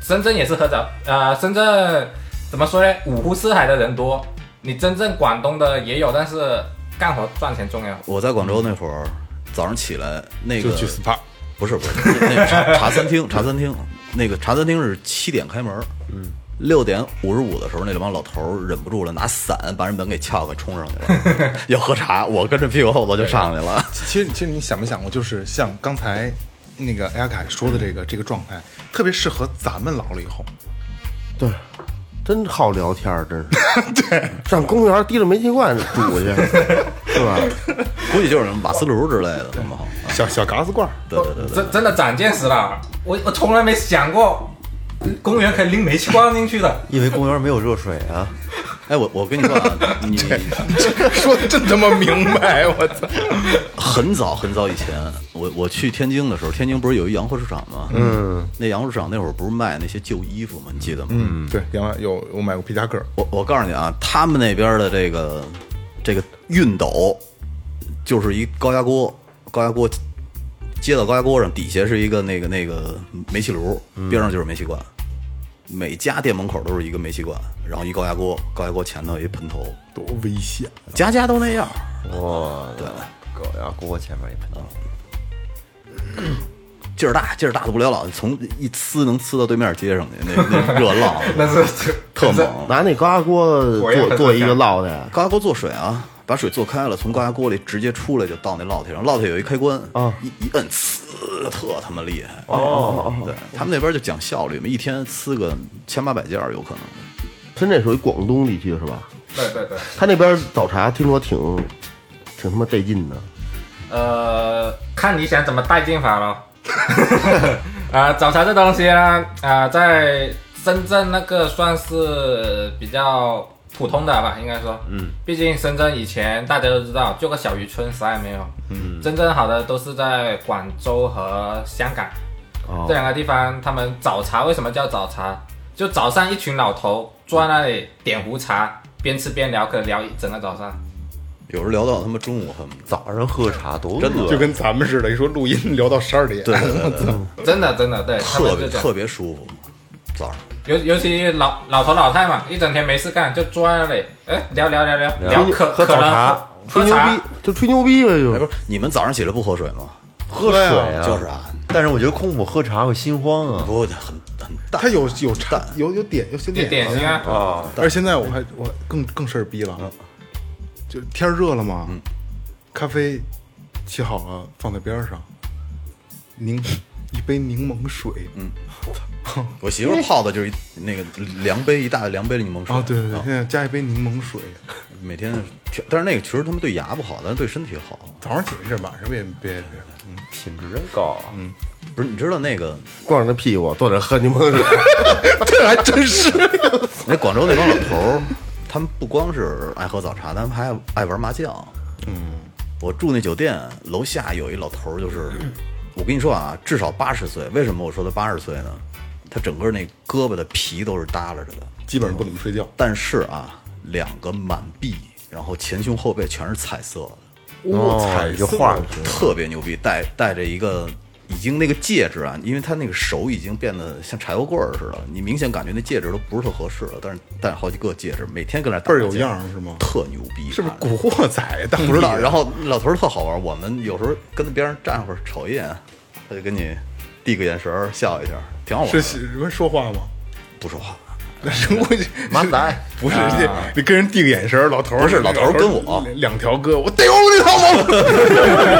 Speaker 2: 深圳也是喝茶，呃，深圳怎么说呢？五湖四海的人多，你真正广东的也有，但是干活赚钱重要。
Speaker 5: 我在广州那会儿，早上起来那
Speaker 3: 就
Speaker 5: 个
Speaker 3: 去 SPA。
Speaker 5: 不是不是，那那茶茶餐厅，茶餐厅，那个茶餐厅是七点开门，嗯，六点五十五的时候，那帮老头儿忍不住了，拿伞把人门给撬开，冲上去 了，要喝茶，我跟着屁股后头就上去 了。
Speaker 3: 其实，其实你想没想过，就是像刚才那个艾亚凯说的这个这个状态，特别适合咱们老了以后。
Speaker 4: 对，真好聊天儿，真是。对，上公园提着煤气罐煮去，是吧？
Speaker 5: 估计就是什么瓦斯炉之类的，他们好像，
Speaker 3: 小小嘎子罐儿，
Speaker 5: 对 对对对，
Speaker 2: 真真的长见识了，我我从来没想过，公园可以拎煤气罐进去的。
Speaker 1: 因为公园没有热水啊。
Speaker 5: 哎，我我跟你说啊， 你
Speaker 3: 说的真他妈明白，我操！
Speaker 5: 很早很早以前，我我去天津的时候，天津不是有一洋货市场吗？嗯，那洋货市场那会儿不是卖那些旧衣服吗？你记得吗？嗯，
Speaker 3: 对，原来有我买过皮夹克，
Speaker 5: 我我告诉你啊，他们那边的这个这个熨斗，就是一高压锅，高压锅接到高压锅上，底下是一个那个那个煤气炉，
Speaker 1: 嗯
Speaker 5: 边上就是煤气罐。每家店门口都是一个煤气罐，然后一高压锅，高压锅前头有一盆头，
Speaker 3: 多危险！啊
Speaker 1: 嗯
Speaker 5: 家家都那样。
Speaker 1: 哇，对，狗牙锅前面一盆。
Speaker 5: 嗯劲儿大，劲儿大的不了了，从一呲能呲到对面街上去，那那热 浪
Speaker 2: 但是
Speaker 5: 特猛。
Speaker 4: 拿那高压锅
Speaker 2: 火焰
Speaker 4: 做
Speaker 2: 很
Speaker 4: 做一个
Speaker 2: 强
Speaker 4: 烙的，
Speaker 5: 高压锅做水啊，把水做开了，从高压锅里直接出来就到那烙铁上，烙铁有一开关
Speaker 4: 啊
Speaker 5: 一一摁，呲，特他妈厉害。哦，对他们那边就讲效率嘛，一天呲个千八百件儿有可能。
Speaker 4: 深圳属于广东地区是吧？
Speaker 2: 对对对，
Speaker 4: 他那边早茶听说挺挺他妈带劲的，
Speaker 2: 呃，看你想怎么带进法咯。 啊、早茶这东西呢，啊、在深圳那个算是比较普通的吧，应该说，嗯，毕竟深圳以前大家都知道，就个小渔村，啥也没有，嗯，真正好的都是在广州和香港，这两个地方，他们早茶为什么叫早茶？就早上一群老头坐在那里点壶茶，边吃边聊，可以聊一整个早上。
Speaker 5: 有时候聊到他妈中午恨不得
Speaker 1: 早上喝茶多
Speaker 5: 真
Speaker 1: 饿
Speaker 5: 的
Speaker 3: 就跟咱们似的，一说录音聊到十二点，
Speaker 5: 对对 对对对，
Speaker 2: 真的真的对，他们
Speaker 5: 特
Speaker 2: 就
Speaker 5: 别
Speaker 2: 这样
Speaker 5: 特别舒服。早上
Speaker 2: 尤尤其老老头老太嘛，一整天没事干，就坐在那里，哎，聊聊聊聊聊可
Speaker 1: 喝
Speaker 2: 可
Speaker 1: 早茶
Speaker 2: 能
Speaker 4: 吹
Speaker 2: 喝
Speaker 4: 牛
Speaker 2: 茶
Speaker 4: 逼，就吹牛逼呗，
Speaker 5: 哎，
Speaker 4: 就
Speaker 5: 不是你们早上起来不喝水吗？
Speaker 1: 喝水啊，
Speaker 5: 就是啊，
Speaker 1: 但是我觉得空腹喝茶会心慌啊。
Speaker 5: 不很很淡。
Speaker 3: 它有有差有有点有些
Speaker 2: 就点心啊，
Speaker 1: 啊，
Speaker 3: 而现在我还我更更事儿逼了，啊就天儿热了嘛，咖啡沏好了放在边儿上，柠一杯柠檬水，嗯
Speaker 5: 我媳妇儿泡的就是一那个量杯一大量杯的柠檬水
Speaker 3: 啊对对对，现在加一杯柠檬水，
Speaker 5: 每天，但是那个其实他们对牙不好，但是对身体好。
Speaker 3: 早上起来是晚上别别别，嗯
Speaker 1: 品质真高啊。
Speaker 5: 不是，你知道那个
Speaker 4: 光着屁股坐那喝柠檬水，
Speaker 3: 这还真是，
Speaker 5: 那广州那帮老头儿，他们不光是爱喝早茶，他们还爱爱玩麻将。嗯，我住那酒店楼下有一老头儿，就是我跟你说啊，至少八十岁。为什么我说他八十岁呢？他整个那胳膊的皮都是耷拉着的，
Speaker 3: 基本上不怎么睡觉，
Speaker 5: 但是啊，两个满臂，然后前胸后背全是彩色的。
Speaker 1: 哦，有画儿
Speaker 5: 特别牛逼，戴戴着一个已经那个戒指啊，因为他那个手已经变得像柴火棍儿似的，你明显感觉那戒指都不是特合适了。但是戴好几个戒指，每天跟那
Speaker 3: 倍
Speaker 5: 打
Speaker 3: 儿有
Speaker 5: 麻将
Speaker 3: 样儿是吗？
Speaker 5: 特牛逼，
Speaker 3: 是不是
Speaker 5: 看
Speaker 3: 古
Speaker 5: 着
Speaker 3: 惑仔？啊当
Speaker 5: 不知道。
Speaker 3: 地
Speaker 5: 然后老头儿特好玩，我们有时候跟他边上站会儿瞅一眼，他就跟你递个眼神儿，笑一下，挺好玩
Speaker 3: 是
Speaker 5: 的。
Speaker 3: 是人说话吗？
Speaker 5: 不说话，
Speaker 3: 那人过去
Speaker 1: 马仔，
Speaker 3: 不是，这你跟人递个眼神儿，老头
Speaker 5: 不
Speaker 3: 儿
Speaker 5: 是老头儿跟我
Speaker 3: 两条胳，我逮我那套吗？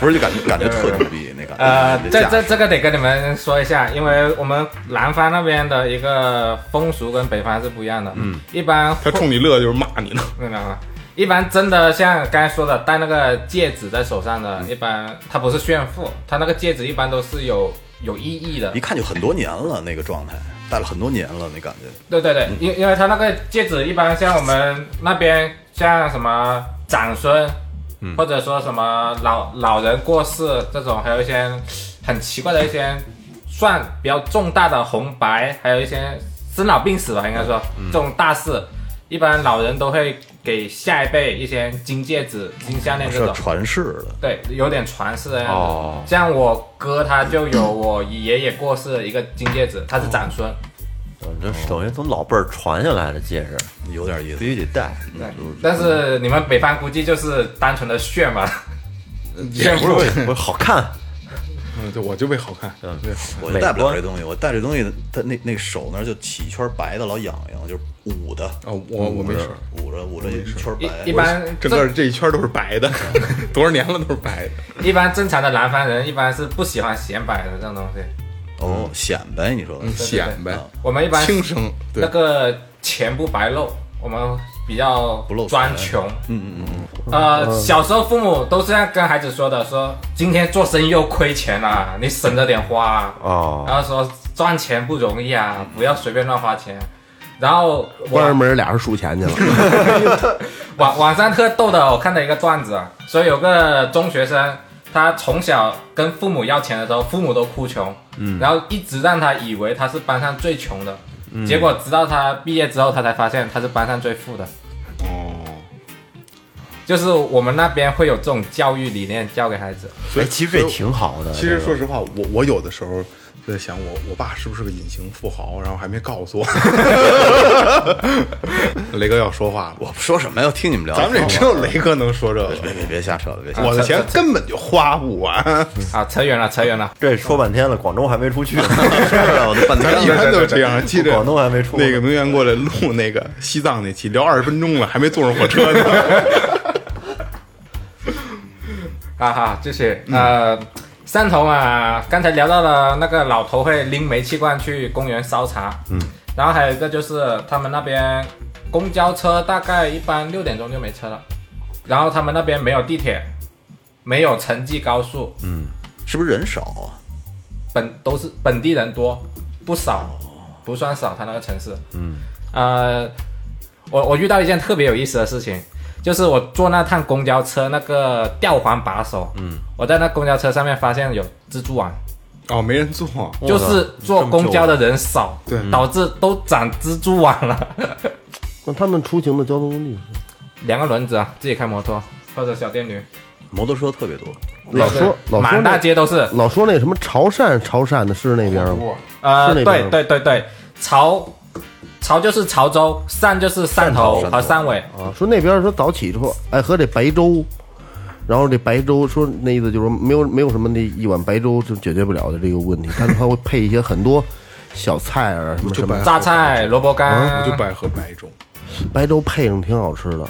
Speaker 5: 不是就感觉感觉特牛逼那感觉。
Speaker 2: 呃，
Speaker 5: 那
Speaker 2: 这
Speaker 5: 架
Speaker 2: 这
Speaker 5: 势
Speaker 2: 这个得跟你们说一下，因为我们南方那边的一个风俗跟北方是不一样的。嗯，一般
Speaker 3: 他冲你乐就是骂你呢。
Speaker 2: 明白吗？一般真的像刚才说的戴那个戒指在手上的，一般它不是炫富，它那个戒指一般都是有有意义的
Speaker 5: 一。看就很多年了，那个状态戴了很多年了，那感觉。
Speaker 2: 对对对，因因为它那个戒指一般像我们那边像什么长孙，或者说什么老老人过世这种，还有一些很奇怪的一些算比较重大的红白，还有一些生老病死吧，应该说、这种大事，一般老人都会给下一辈一些金戒指、金项链这
Speaker 5: 是
Speaker 2: 种。
Speaker 5: 传世的，
Speaker 2: 对，有点传世的样子。
Speaker 1: 哦
Speaker 2: 像我哥他就有我爷爷过世的一个金戒指，他是长孙。
Speaker 1: 这是等于从老辈儿传下来的戒指，
Speaker 5: 有点意思
Speaker 1: 必。须得戴。
Speaker 2: 对，但是你们北方估计就是单纯的炫 吧？炫
Speaker 1: 不是为不是好看，
Speaker 3: 嗯，对，我就为好看，对，
Speaker 5: 我就戴不了这东西，我戴这东西，它那那个手那儿就起一圈白的，老痒痒，就是捂的。
Speaker 3: 哦我我没事
Speaker 5: 捂着捂着一圈白。
Speaker 2: 一一般
Speaker 3: 整个这一圈都是白的， 多少年了都是白的。
Speaker 2: 一般正常的南方人一般是不喜欢显摆的这种东西。
Speaker 5: 哦，显摆，你说的是
Speaker 3: 嗯显摆，
Speaker 2: 我们一般
Speaker 3: 轻声，对
Speaker 2: 那，个钱不白露，我们比较
Speaker 5: 不露财
Speaker 2: 专穷。嗯嗯嗯。呃，小时候父母都是这样跟孩子说的，说今天做生意又亏钱了、你省着点花啊。
Speaker 1: 哦
Speaker 2: 然后说赚钱不容易啊，不要随便乱花钱。然后
Speaker 4: 关上
Speaker 2: 我
Speaker 4: 门俩人数钱去了，
Speaker 2: 网网上特逗的，我看到一个段子啊，说有个中学生，他从小跟父母要钱的时候，父母都哭穷，嗯，然后一直让他以为他是班上最穷的，结果直到他毕业之后，他才发现他是班上最富的。
Speaker 3: 哦，
Speaker 2: 就是我们那边会有这种教育理念教给孩子，
Speaker 3: 所以
Speaker 1: 哎其实也挺好的。
Speaker 3: 其实
Speaker 1: 这个
Speaker 3: 说实话，我我有的时候就在想我我爸是不是个隐形富豪，然后还没告诉我。 雷哥要说话了，
Speaker 5: 我说什么呀？听你们聊，啊
Speaker 3: 咱们这只有雷哥能说这个，
Speaker 5: 别别别瞎扯了，别瞎扯
Speaker 3: 我的钱根本就花不完。
Speaker 2: 啊，扯远了，扯远了。
Speaker 1: 这说半天了，广州还没出去呢，
Speaker 5: 是啊，我都半天
Speaker 3: 咱一
Speaker 5: 了。
Speaker 3: 般都是这样，记着
Speaker 1: 广东还没出呢
Speaker 3: 那个名媛过来录那个西藏那期，聊二十分钟了，还没坐上火车呢。
Speaker 2: 哈啊哈，继续。呃，汕头啊，刚才聊到了那个老头会拎煤气罐去公园烧茶，嗯，然后还有一个就是他们那边公交车大概一般六点钟就没车了，然后他们那边没有地铁，没有城际高速，
Speaker 5: 是不是人少啊？
Speaker 2: 本都是本地人多，不少，不算少，他那个城市。嗯，呃，我我遇到一件特别有意思的事情，就是我坐那趟公交车那个吊环把手，嗯，我在那公交车上面发现有蜘蛛网，
Speaker 3: 哦，没人坐，
Speaker 2: 就是坐公交的人少，
Speaker 3: 对
Speaker 2: 导致都长蜘蛛网了。
Speaker 4: 那他们出行的交通工具是
Speaker 2: 两个轮子啊，自己开摩托或者小电驴，
Speaker 5: 摩托车特别多，
Speaker 4: 老说老说
Speaker 2: 满大
Speaker 4: 那
Speaker 2: 街都是。
Speaker 4: 老说那什么潮汕潮汕的是那边吗？
Speaker 2: 呃，
Speaker 4: 是那边
Speaker 2: 对
Speaker 4: 吗
Speaker 2: 对对对，潮潮就是潮州，汕就是汕头和汕尾。
Speaker 4: 啊，说那边说早起之后爱喝这白粥，然后这白粥说那意思就是说没有没有什么那一碗白粥就解决不了的这个问题，但是他会配一些很多小菜啊什么
Speaker 3: 就
Speaker 4: 什么
Speaker 3: 白
Speaker 2: 榨菜、萝卜
Speaker 3: 我
Speaker 2: 干，
Speaker 3: 就不爱喝白 粥。
Speaker 4: 白粥配上挺好吃的。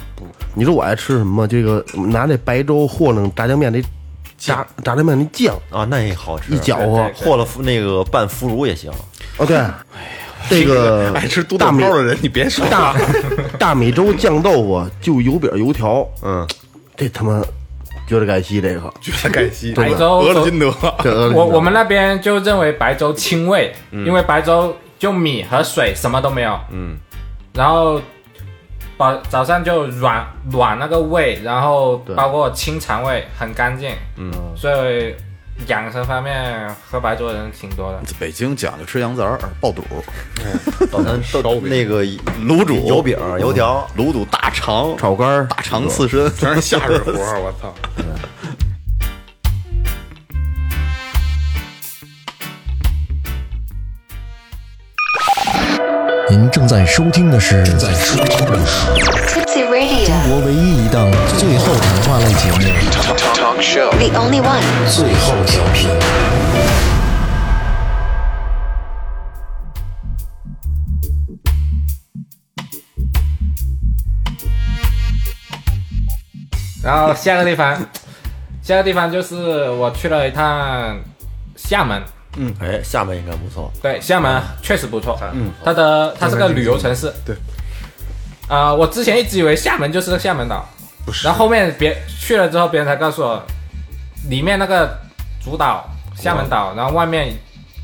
Speaker 4: 你知道我爱吃什么吗？这个拿这白粥和弄炸酱面那炸炸酱面那酱
Speaker 1: 啊，那也好吃，
Speaker 4: 一搅和，
Speaker 1: 和了腐那个拌腐乳也行，
Speaker 4: 哦对，这 个
Speaker 3: 爱吃肚
Speaker 4: 大
Speaker 3: 蛋
Speaker 4: 米
Speaker 3: 包的人，你别说
Speaker 4: 大大米粥酱豆腐就油饼油条，
Speaker 1: 嗯，
Speaker 4: 这他妈觉得该吸这个，
Speaker 3: 绝了盖 西，
Speaker 2: 白粥
Speaker 3: 俄勒金德，
Speaker 4: 这恶心
Speaker 2: 我我们那边就认为白粥清胃，因为白粥就米和水什么都没有，嗯，然后把早上就软软那个胃，然后包括清肠胃，很干净，嗯，所以养生方面喝白粥的人挺多的。
Speaker 5: 北京讲究吃羊杂儿、爆肚、
Speaker 1: 早餐
Speaker 3: 烧饼
Speaker 1: 那个
Speaker 5: 卤煮、
Speaker 1: 油饼、油条，
Speaker 5: 卤煮、大肠、
Speaker 4: 炒肝儿
Speaker 5: 大肠刺身，
Speaker 3: 全是下水活儿，我操！
Speaker 6: 您正在收听的是正在收听的是
Speaker 7: Tipsy Radio,
Speaker 6: 我唯一一档最后谈话类节目
Speaker 7: the only one.
Speaker 6: 《最后调频》。
Speaker 2: 然后下个地方，下个地方就是我去了一趟厦门，
Speaker 1: 哎，厦门应该不错，
Speaker 2: 对，厦门确实不错，嗯，它的它是个旅游城市，
Speaker 3: 对。
Speaker 2: 啊、我之前一直以为厦门就是厦门岛，
Speaker 3: 不是
Speaker 2: 然后后面别去了之后，别人才告诉我，里面那个主岛厦门岛，然后外面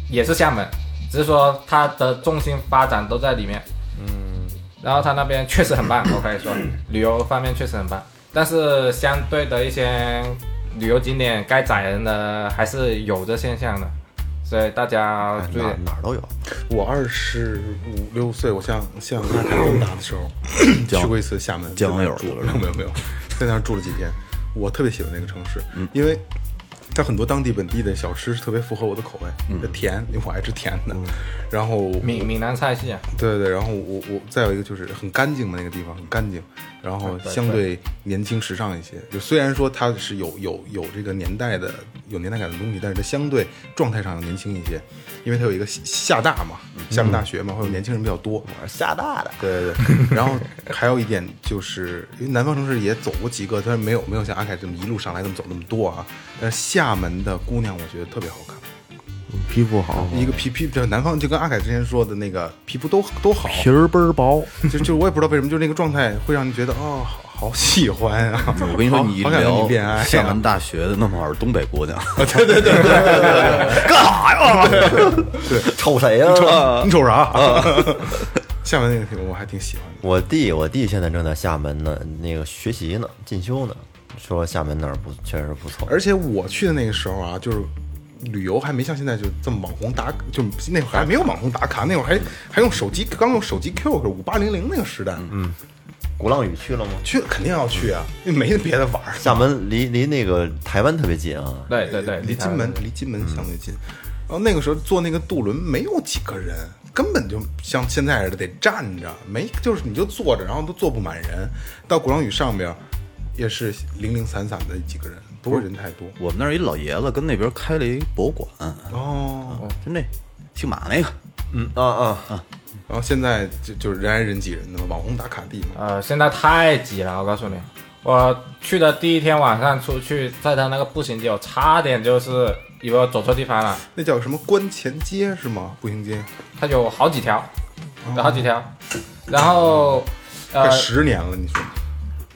Speaker 2: 也是厦门，只是说它的重心发展都在里面。嗯，然后它那边确实很棒，我可以说旅游方面确实很棒，但是相对的一些旅游景点该宰人的还是有这现象的，所以大家注意
Speaker 1: 哪。哪儿都有，
Speaker 3: 我二十五六岁，我像像那时候大的时候，去过一次厦门，
Speaker 5: 交
Speaker 3: 在那儿
Speaker 5: 友
Speaker 3: 住了，没有没有没有，在那儿住了几天。我特别喜欢那个城市，因为它很多当地本地的小吃是特别符合我的口味，甜，因为我爱吃甜的。然后
Speaker 2: 闽闽南菜系啊，
Speaker 3: 对对，然后我我再有一个就是很干净嘛，那个地方很干净，然
Speaker 1: 哎
Speaker 3: 后相对年轻时尚一些。就虽然说它是有有有这个年代的有年代感的东西，但是它相对状态上要年轻一些，因为它有一个厦厦大嘛，厦门大学嘛，会有年轻人比较多。
Speaker 1: 嗯厦大的，
Speaker 3: 对对对，然后还有一点就是，因为南方城市也走过几个，但是没有没有像阿凯这么一路上来这么走那么多啊。但是厦门的姑娘，我觉得特别好看。
Speaker 4: 皮肤好，
Speaker 3: 一个皮皮，就是南方就跟阿凯之前说的那个皮肤都都好，
Speaker 4: 皮儿倍儿薄，
Speaker 3: 就就我也不知道为什么，就那个状态会让你觉得哦，好好喜欢啊！
Speaker 5: 我跟你说，你一
Speaker 3: 好好想跟
Speaker 5: 聊
Speaker 3: 你恋爱、
Speaker 5: 厦门
Speaker 3: 啊，
Speaker 5: 大学的，那么好是东北 姑娘，
Speaker 1: 瞅谁呀？
Speaker 3: 你瞅啥？
Speaker 5: 啊
Speaker 3: 厦门那个地方我还挺喜欢的。
Speaker 1: 我弟，我弟现在正在厦门呢，那个学习呢，进修呢，说厦门那儿不确实不错，
Speaker 3: 而且我去的那个时候啊，就是旅游还没像现在就这么网红打，就那会儿还没有网红打卡，那会儿还还用手机，刚用手机 QQ 五八零零那个时代，嗯，
Speaker 1: 鼓浪屿去了吗？
Speaker 3: 去肯定要去啊，因为没别的玩儿。
Speaker 1: 厦门离离那个台湾特别近啊，
Speaker 2: 对对对，嗯
Speaker 3: 离金门离金门相对近。然后那个时候坐那个渡轮没有几个人，根本就像现在似的得站着，没就是你就坐着，然后都坐不满人。到鼓浪屿上边也是零零散散的几个人，不会人太多。
Speaker 5: 我们那儿一老爷子跟那边开了一博物馆，
Speaker 2: 嗯
Speaker 3: 哦，
Speaker 5: 就那姓马那个，
Speaker 3: 嗯
Speaker 1: 啊啊，
Speaker 3: 然后现在就就是人挨人挤人的嘛，网红打卡地嘛。
Speaker 2: 呃，现在太挤了，我告诉你，我去的第一天晚上出去，在他那个步行街，我差点就是以为我走错地方了，
Speaker 3: 那叫什么关前街是吗？步行街，
Speaker 2: 它有好几条，有好几条，然后呃
Speaker 3: 快，十年了，你说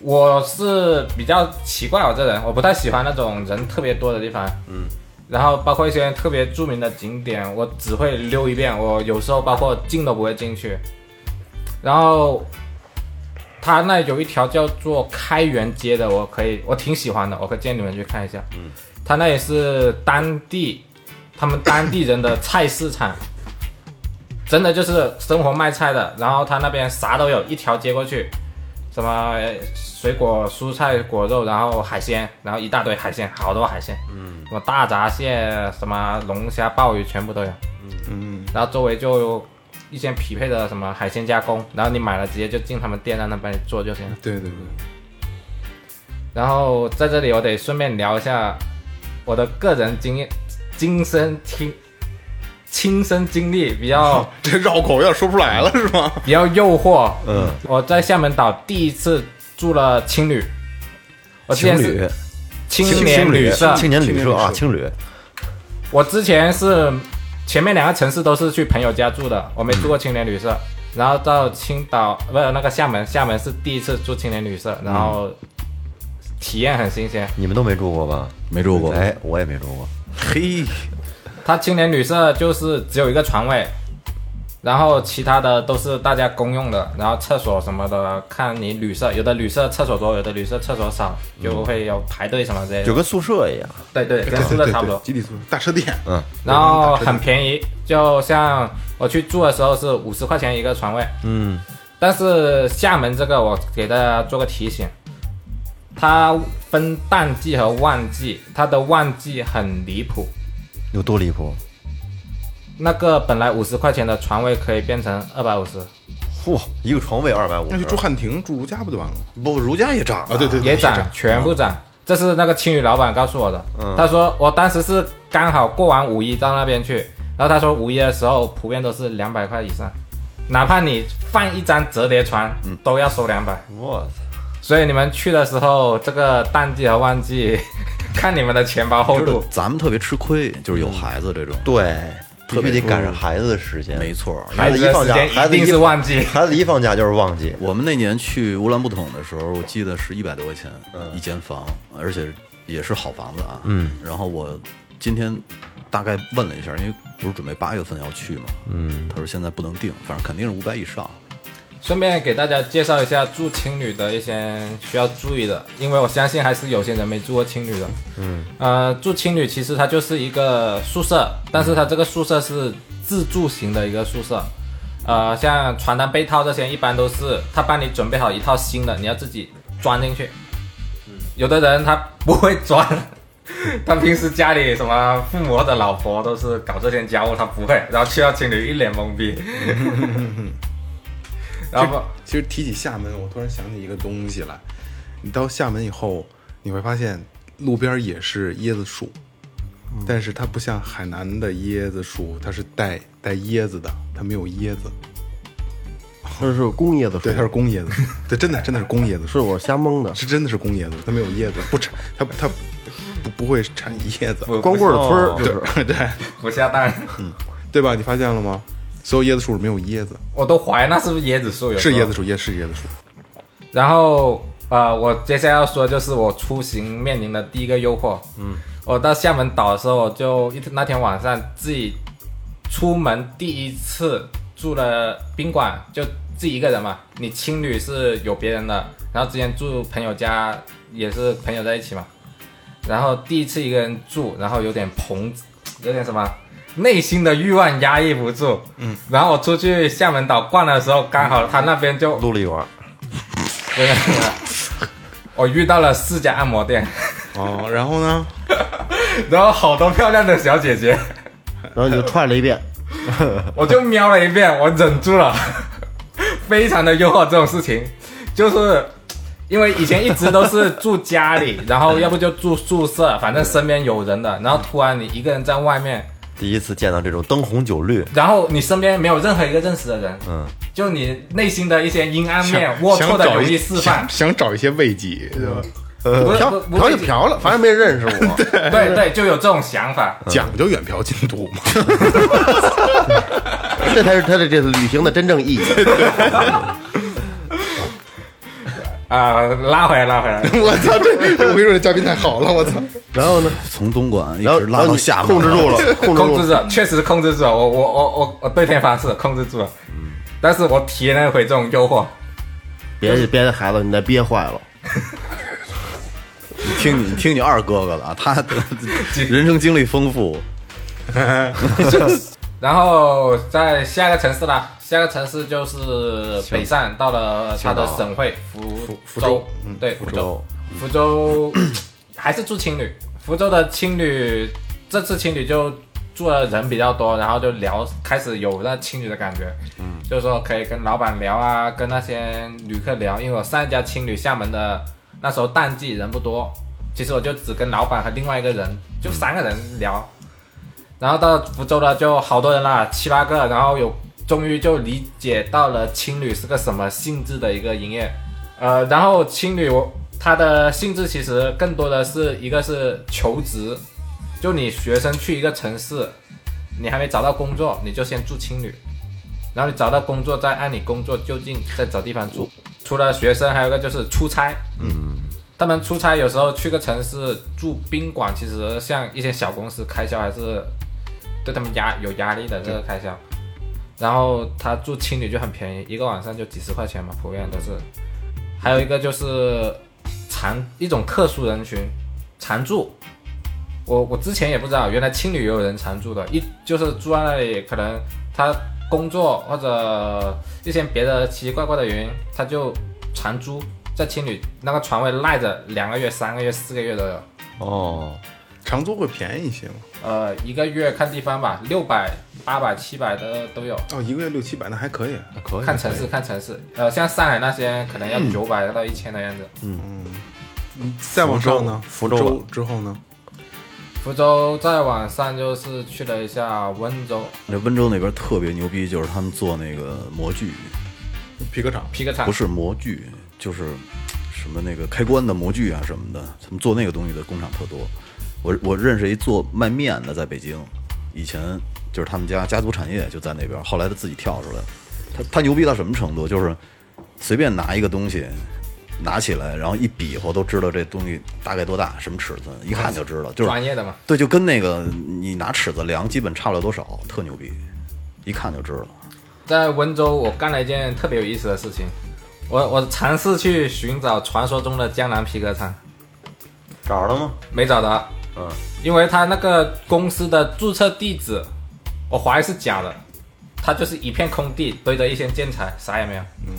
Speaker 2: 我是比较奇怪，我这人我不太喜欢那种人特别多的地方，嗯。然后包括一些特别著名的景点，我只会溜一遍，我有时候包括进都不会进去。然后，它那有一条叫做开元街的，我可以，我挺喜欢的，我可以建议你们去看一下。嗯，它那也是当地，他们当地人的菜市场，真的就是生活卖菜的。然后它那边啥都有，一条街过去，什么呃水果、蔬菜、果肉，然后海鲜，然后一大堆海鲜，好多海鲜，嗯，什么大闸蟹、什么龙虾、鲍鱼，全部都有，嗯，然后周围就有一些匹配的什么海鲜加工，然后你买了直接就进他们店，让他们帮你做就行了。
Speaker 3: 对对对，
Speaker 2: 然后在这里我得顺便聊一下我的个人经验、亲身听、亲身经历比 较。
Speaker 3: 这绕口有点说不出来了是吗？
Speaker 2: 比较诱惑。嗯，我在厦门岛第一次住了青旅，我之前
Speaker 1: 青
Speaker 2: 是
Speaker 1: 旅，
Speaker 2: 青年旅社，
Speaker 1: 青年旅社啊，青旅，
Speaker 2: 我之前是前面两个城市都是去朋友家住的，我没住过青年旅社。然后到青岛，不是那个厦门，厦门是第一次住青年旅社，然后体验很新鲜。
Speaker 1: 你们都没住过吧？
Speaker 5: 没住过
Speaker 1: 哎，我也没住过。
Speaker 5: 嘿，
Speaker 2: 它青年旅社就是只有一个床位，然后其他的都是大家公用的，然后厕所什么的看你旅社，有的旅社厕所多，有的旅社厕所少，就会有排队什么之类
Speaker 1: 就
Speaker 2: 的。
Speaker 1: 跟宿舍一样，
Speaker 2: 对对，
Speaker 3: 对
Speaker 2: 跟
Speaker 3: 对对
Speaker 2: 宿舍
Speaker 3: 对，
Speaker 2: 差不多。
Speaker 3: 集体宿舍大车店，
Speaker 1: 嗯，
Speaker 2: 然后很便宜，就像我去住的时候是五十块钱一个床位。嗯，但是厦门这个我给大家做个提醒，它分淡季和旺季，它的旺季很离谱。
Speaker 1: 有多离谱？
Speaker 2: 那个本来五十块钱的床位可以变成二百五十，
Speaker 1: 嚯，一个床位二百五
Speaker 3: 那去住汉庭住如家不就完了吗？
Speaker 5: 不，如家也涨
Speaker 3: 啊，对对，对
Speaker 2: 也
Speaker 3: 是
Speaker 2: 涨
Speaker 3: 这样，嗯
Speaker 2: 全部涨。这是那个青旅老板告诉我的，他说我当时是刚好过完五一到那边去，然后他说五一的时候普遍都是两百块以上，哪怕你放一张折叠床
Speaker 3: 嗯
Speaker 2: 都要收两百。
Speaker 1: 我操，
Speaker 2: 所以你们去的时候，这个淡季和旺季， 看你们的钱包厚
Speaker 5: 知道
Speaker 2: 度。
Speaker 5: 咱们特别吃亏，就
Speaker 3: 嗯
Speaker 5: 是有孩子这种，
Speaker 1: 对，特别得赶上孩子的时间，
Speaker 5: 没错。
Speaker 2: 孩
Speaker 1: 孩
Speaker 2: 子
Speaker 1: 子
Speaker 2: 的
Speaker 1: 一
Speaker 2: 时
Speaker 1: 放假
Speaker 2: 间，
Speaker 1: 孩
Speaker 2: 一
Speaker 1: 子一
Speaker 2: 定是旺季，
Speaker 1: 孩子一放假就是旺季，
Speaker 5: 我们那年去乌兰布统的时候，我记得是一百多块钱
Speaker 3: 嗯
Speaker 5: 一间房，而且也是好房子啊。嗯。然后我今天大概问了一下，因为不是准备八月份要去嘛，嗯，他说现在不能定，反正肯定是五百以上。
Speaker 2: 顺便给大家介绍一下住青旅的一些需要注意的，因为我相信还是有些人没住过青旅的。嗯，呃，住青旅其实它就是一个宿舍，但是它这个宿舍是自助型的一个宿舍。呃，像床单、被套这些，一般都是他帮你准备好一套新的，你要自己装进去。有的人他不会装， 他平时家里什么父母或者老婆都是搞这些家务，他不会，然后去到青旅一脸懵逼。然后
Speaker 3: 其实提起厦门，我突然想起一个东西来。你到厦门以后，你会发现路边也是椰子树，但是它不像海南的椰子树，它是带带椰子的，它没有椰子。
Speaker 4: 这是工业的树
Speaker 3: 对，，它是公 椰子，对，真的真的是公椰子
Speaker 4: 是
Speaker 3: 树，
Speaker 4: 我瞎蒙的。
Speaker 3: 是真的是公椰子，它没有椰子，不产它它不不会哦产椰子，
Speaker 4: 光棍儿村儿就
Speaker 3: 对
Speaker 4: 是，
Speaker 3: 对
Speaker 2: 不下蛋，
Speaker 3: 对吧？你发现了吗？所有椰子树是没有椰子，
Speaker 2: 我都怀疑那是不是椰子树有？
Speaker 3: 是椰子。树，椰是椰子树。
Speaker 2: 然后呃，我接下来要说就是我出行面临的第一个诱惑。嗯，我到厦门岛的时候，我就一天那天晚上自己出门第一次住了宾馆，就自己一个人嘛。你青旅是有别人的，然后之前住朋友家也是朋友在一起嘛。然后第一次一个人住，然后有点膨，有点什么，内心的欲望压抑不住。嗯。然后我出去厦门岛逛的时候，刚好他那边就
Speaker 1: 撸了一玩，
Speaker 2: 真的真的， 我遇到了四家 按摩店，
Speaker 3: 哦，然后呢？
Speaker 2: 然后好多漂亮的小姐姐，
Speaker 4: 然后你就踹了一遍，
Speaker 2: 我就瞄了一遍，我忍住了， 非常的诱惑这种事情，就是因为以前一直都是住家 里，然后要不就住宿舍，反正身边有人的，然后突然你一个人在外面，
Speaker 1: 第一次见到这种灯红酒绿，
Speaker 2: 然后你身边没有任何一个认识的人，
Speaker 1: 嗯，
Speaker 2: 就你内心的一些阴暗面
Speaker 3: 想
Speaker 2: 龌龊
Speaker 3: 想
Speaker 2: 的
Speaker 3: 找
Speaker 2: 容易
Speaker 3: 一
Speaker 2: 释放
Speaker 3: 想，想找一些慰藉，嗯对吧？
Speaker 2: 不是
Speaker 4: 嫖
Speaker 2: 不不
Speaker 4: 嫖就是嫖了，反正没人认识我。
Speaker 2: 对对，就有这种想法。
Speaker 3: 讲究远嫖近赌 嘛。
Speaker 4: 这才是他的这次旅行的真正意义。
Speaker 2: 啊、拉回来，拉回来。
Speaker 3: 我操， 这我跟你说，这嘉宾太好了，我操，
Speaker 4: 然后呢，
Speaker 5: 从东莞一
Speaker 4: 然后
Speaker 5: 直拉到
Speaker 4: 下，
Speaker 5: 厦门，
Speaker 4: 控制住了，控制
Speaker 2: 控
Speaker 4: 住
Speaker 2: 制
Speaker 4: 了。
Speaker 2: 住了，确实控制住啊了。我我我我我对天发誓，控制住了。但是我体验了一回这种诱惑，
Speaker 4: 别别的孩子，你再憋坏了。
Speaker 5: 你 听你听你二哥哥的啊， 他人生经历丰富，
Speaker 2: 然后在下一个城市啦，下一个城市就是北上，到了它的省会福
Speaker 3: 福
Speaker 2: 州
Speaker 3: 州，
Speaker 2: 对，福
Speaker 3: 哦
Speaker 2: 州，福州还是住青旅，福州的青旅这次青旅就住的人比较多，然后就聊，开始有那青旅的感觉，嗯，就是说可以跟老板聊啊，跟那些旅客聊，因为我上一家青旅厦门的那时候淡季人不多，其实我就只跟老板和另外一个人，就三个人聊。然后到福州了，就好多人啦，七八个，然后有终于就理解到了青旅是个什么性质的一个营业，呃，然后青旅我它的性质其实更多的是一个是求职，就你学生去一个城市，你还没找到工作，你就先住青旅，然后你找到工作再按你工作就近再找地方住。除了学生，还有一个就是出差，嗯，他们出差有时候去个城市住宾馆，其实像一些小公司开销还是对他们压有压力的这个开销。然后他住青旅就很便宜，一个晚上就几十块钱嘛，普遍都是。还有一个就是常一种特殊人群，常住。我我之前也不知道，原来青旅也有人常住的，一就是住在那里，可能他工作或者一些别的奇奇怪怪的原因，他就常租在青旅那个床位赖着两个月、三个月、四个月都有。
Speaker 1: 哦，
Speaker 3: 长租会便宜一些吗？
Speaker 2: 呃，一个月看地方吧，六百、八百、七百的都有，
Speaker 3: 哦，一个月六七百，那还可以。啊
Speaker 1: 可以，
Speaker 2: 哦看城市嗯看城市。呃，像上海那些可能要九百到一千的样子。
Speaker 3: 再往上呢？
Speaker 1: 福
Speaker 3: 福
Speaker 1: 州
Speaker 3: 州之后呢？
Speaker 2: 福州再往上就是去了一下温州
Speaker 5: 那温州那边特别牛逼，就是他们做那个模具，
Speaker 3: 皮 革厂
Speaker 2: 皮革厂，
Speaker 5: 不是模具，就是什么那个开关的模具啊什么的，他们做那个东西的工厂特多。我我认识一做卖面的，在北京，以前就是他们家家族产业就在那边，后来他自己跳出来。他他牛逼到什么程度？就是随便拿一个东西拿起来，然后一比划都知道这东西大概多大，什么尺寸，一看就知道。就是
Speaker 2: 专业的嘛。
Speaker 5: 对，就跟那个你拿尺子量，基本差不了多少，特牛逼，一看就知道。
Speaker 2: 在温州，我干了一件特别有意思的事情，我我尝试去寻找传说中的江南皮革厂，
Speaker 1: 找着了吗？
Speaker 2: 没找到。
Speaker 1: 嗯，
Speaker 2: 因为他那个公司的注册地址，我怀疑是假的，它就是一片空地，堆着一些建材，啥也没有。嗯。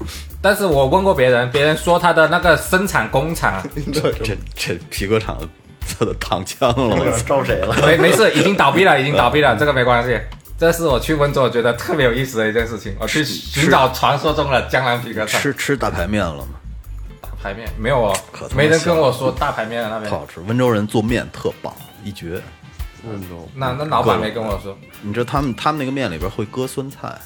Speaker 1: 嗯
Speaker 2: 但是我问过别人，别人说他的那个生产工厂，
Speaker 5: 这这皮革厂他的躺枪了，我操！
Speaker 1: 招谁了？
Speaker 2: 没没事，已经倒闭了，已经倒闭了，这个没关系。这是我去温州我觉得特别有意思的一件事情，我去寻找传说中的江南皮革厂。
Speaker 5: 吃吃大排面了吗？
Speaker 2: 大排面没有哦
Speaker 5: 可他，妈
Speaker 2: 没人
Speaker 5: 香
Speaker 2: 跟我说大排面的那边
Speaker 5: 特，好吃，温州人做面特棒，一绝。
Speaker 2: 那那老板没跟我说，
Speaker 5: 你知道他们他们那个面里边会搁酸菜，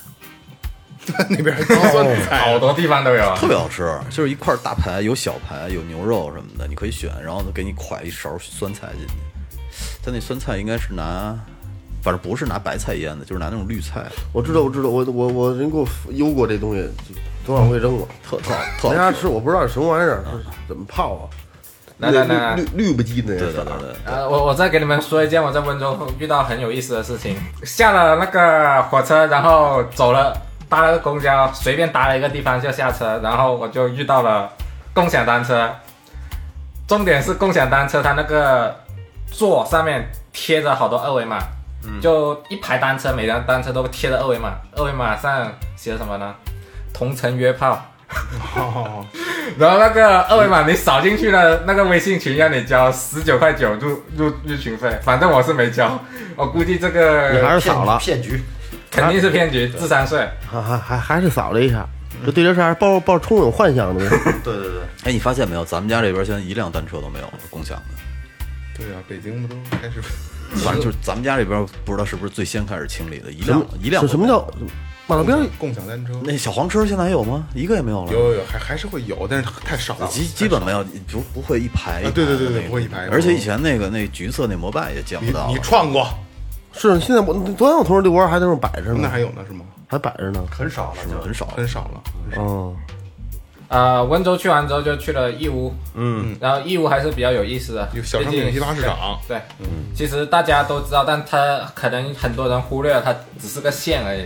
Speaker 3: 那边哦，
Speaker 2: 好多地方都有啊。
Speaker 5: 特别好吃，
Speaker 4: 嗯
Speaker 5: 就是一块大排，有小排，有牛肉什么的，你可以选，然后给你㧟一勺酸菜进去。他那酸菜应该是拿，反正不是拿白菜腌的，就是拿那种绿菜，
Speaker 4: 我知道，我知道，我我我人给我邮过这东西，多少人会扔过，
Speaker 5: 特特好特
Speaker 4: 没
Speaker 5: 好
Speaker 4: 啥
Speaker 5: 吃。
Speaker 4: 吃，我不知道是什么玩意儿，是怎么泡啊？
Speaker 2: 来来来
Speaker 4: 绿
Speaker 2: 来，
Speaker 4: 绿绿不唧的那
Speaker 5: 对对
Speaker 4: 个
Speaker 5: 对对，
Speaker 2: 呃，我我再给你们说一件我在温州遇到很有意思的事情。下了那个火车，然后走了，搭了个公交，随便搭了一个地方就下车，然后我就遇到了共享单车。重点是共享单车它那个座上面贴着好多二维码，就一排单车，每辆单车都贴着二
Speaker 3: 哦
Speaker 2: 维码，二维码上写着什么呢？同城约炮。然后那个二维码你扫进去了，那个微信群让你交十九块九入入入群费，反正我是没交，我估计这
Speaker 4: 你还
Speaker 2: 个
Speaker 4: 是扫了，
Speaker 1: 骗局，
Speaker 2: 肯定是骗局，智商税。
Speaker 4: 还还还还是扫了一下，这对这事儿还抱抱充有幻想的呢。
Speaker 5: 哎，你发现没有？咱们家这边现在一辆单车都没有了， 共享的。
Speaker 3: 对啊，北京不都开始
Speaker 5: 反正就是咱们家这边不知道是不是最先开始清理的，一
Speaker 4: 什
Speaker 5: 辆
Speaker 4: 么
Speaker 5: 一辆都
Speaker 4: 什么
Speaker 5: 没有
Speaker 4: 叫马路边儿？
Speaker 3: 共享单车？
Speaker 5: 那小黄车现在还有吗？一个也没有了。
Speaker 3: 有有有，还还是会有，但是太少了，
Speaker 5: 基基本没有，不不会一排。
Speaker 3: 啊啊对对对对
Speaker 5: 那种
Speaker 3: 不会一排哦
Speaker 5: 而且以前那个那橘色那摩拜也见
Speaker 3: 你
Speaker 5: 不到
Speaker 3: 你
Speaker 5: 了
Speaker 3: 创过，
Speaker 4: 是现在我昨天我同事遛弯儿还在那儿摆着
Speaker 3: 那
Speaker 4: 呢，
Speaker 3: 还有呢是吗？
Speaker 4: 还摆着呢。
Speaker 1: 很少了，
Speaker 5: 很少。
Speaker 3: 很少了，很少
Speaker 4: 嗯，
Speaker 2: 呃，温州去完之后就去了义乌，嗯，然后义乌还是比较有意思的，
Speaker 3: 有小商
Speaker 2: 毕竟
Speaker 3: 品批发市场
Speaker 2: 对，嗯，其实大家都知道，但它可能很多人忽略了，它只是个县而已。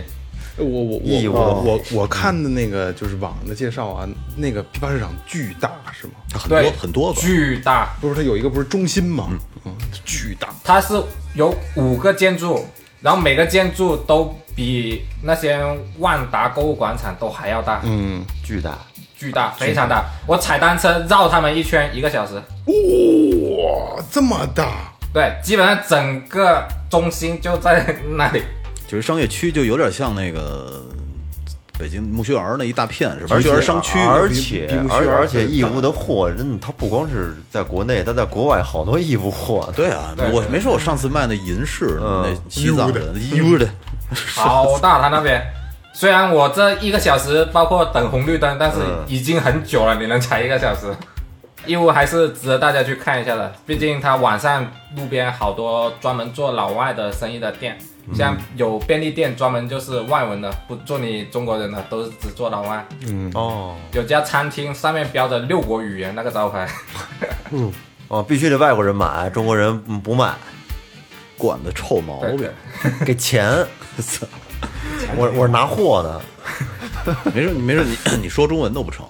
Speaker 3: 我我
Speaker 1: 义
Speaker 3: 我
Speaker 1: 乌
Speaker 3: 我我我看的那个就是网的介绍啊，那个批发市场巨大是吗？
Speaker 5: 它很
Speaker 2: 对
Speaker 5: 多，很多个，
Speaker 2: 巨大，
Speaker 3: 不是，它有一个不是中心吗？嗯，巨大，
Speaker 2: 它是有五个建筑，然后每个建筑都比那些万达购物广场都还要大，
Speaker 3: 嗯，
Speaker 1: 巨大，
Speaker 2: 巨大，非常大。我踩单车绕他们一圈一个小时，
Speaker 3: 哇，这么大，
Speaker 2: 对，基本上整个中心就在那 里。
Speaker 5: 就是商业区，就有点像那个北京木樨园儿那一大片，是吧？
Speaker 1: 而
Speaker 5: 木樨
Speaker 1: 且
Speaker 5: 园儿商区，
Speaker 1: 而且
Speaker 3: 比比不虚
Speaker 1: 而
Speaker 3: 而
Speaker 1: 而且义乌的货，真的，它不光是在国内，它在国外好多义乌货，
Speaker 5: 对啊，
Speaker 2: 对
Speaker 5: 我没说我上次卖那银饰，
Speaker 3: 嗯
Speaker 5: 那西藏的，义乌的，
Speaker 2: 好大，他那边。虽然我这一个小时包括等红绿灯，但是已经很久了，你能踩一个小时？义乌还是值得大家去看一下的，毕竟它晚上路边好多专门做老外的生意的店，像有便利店专门就是外文的，不做你中国人的，都是只做老外。
Speaker 1: 哦
Speaker 2: 有家餐厅上面标着六国语言那个招牌，
Speaker 1: 哦，必须得外国人买，中国人嗯不卖，
Speaker 5: 管的臭毛
Speaker 2: 对
Speaker 5: 病。
Speaker 1: 给钱， 我我是拿货的，
Speaker 5: 没事，你没事，你 你说中文都不成，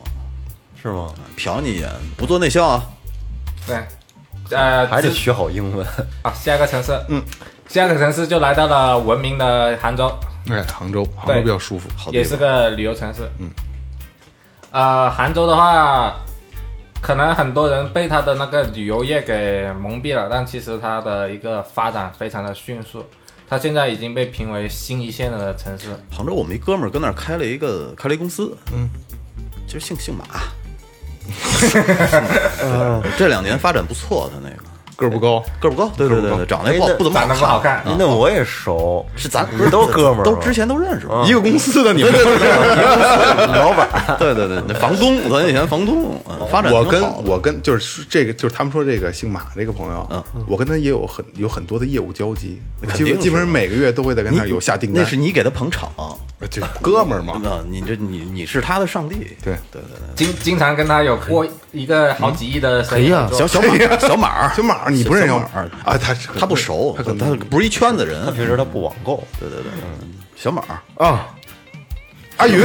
Speaker 1: 是吗？
Speaker 5: 瞟你一眼，不做内销啊。
Speaker 2: 对，呃，
Speaker 1: 还得
Speaker 2: 之
Speaker 1: 学好英文，
Speaker 2: 啊，下一个城市，嗯，下一个城市就来到了文明的杭州，
Speaker 3: 哎，杭州，杭州比较舒服，好
Speaker 2: 也是个旅游城市。嗯，呃，杭州的话，可能很多人被它的那个旅游业给蒙蔽了，但其实它的一个发展非常的迅速，它现在已经被评为新一线的城市。
Speaker 5: 杭州，我们一哥们儿跟那儿开了一个开了一公司，嗯，就姓姓马，嗯这两年发展不错，他那个
Speaker 3: 个儿不高，
Speaker 5: 个儿不高，对对对对，长得也不好
Speaker 1: 哎那
Speaker 5: 不怎么
Speaker 2: 长得不好看
Speaker 5: 啊
Speaker 1: 那我也熟，
Speaker 5: 是咱
Speaker 1: 你都哥们儿吗
Speaker 5: 都之前都认识吗？
Speaker 3: 一个公司的你们，
Speaker 5: 老板，对对对，那房东，咱以前房东，嗯发展
Speaker 3: 我
Speaker 5: 挺
Speaker 3: 跟
Speaker 5: 好的
Speaker 3: 我跟就是这个就是他们说这个姓马这个朋友，啊我跟他也有很有很多的业务交集，我基
Speaker 5: 嗯肯定
Speaker 3: 本
Speaker 5: 是
Speaker 3: 基本上每个月都会在跟
Speaker 5: 你
Speaker 3: 他有下订单，
Speaker 5: 那是你给他捧场，
Speaker 3: 就哥们儿嘛，
Speaker 5: 那你这你你是他的上帝，
Speaker 3: 对
Speaker 5: 对对对，
Speaker 2: 经经常跟他有过一个好几亿的生意
Speaker 4: 嗯
Speaker 2: 合作
Speaker 5: 小小马小马儿
Speaker 3: 小马儿，你不认识
Speaker 5: 小
Speaker 3: 小
Speaker 5: 马
Speaker 3: 马
Speaker 5: 儿
Speaker 3: 儿啊？他
Speaker 5: 他不熟，
Speaker 3: 他
Speaker 5: 他
Speaker 3: 可能
Speaker 5: 他不是一圈子人，
Speaker 1: 平时他不网购，
Speaker 5: 对对对，嗯小马儿
Speaker 4: 啊，
Speaker 3: 阿云，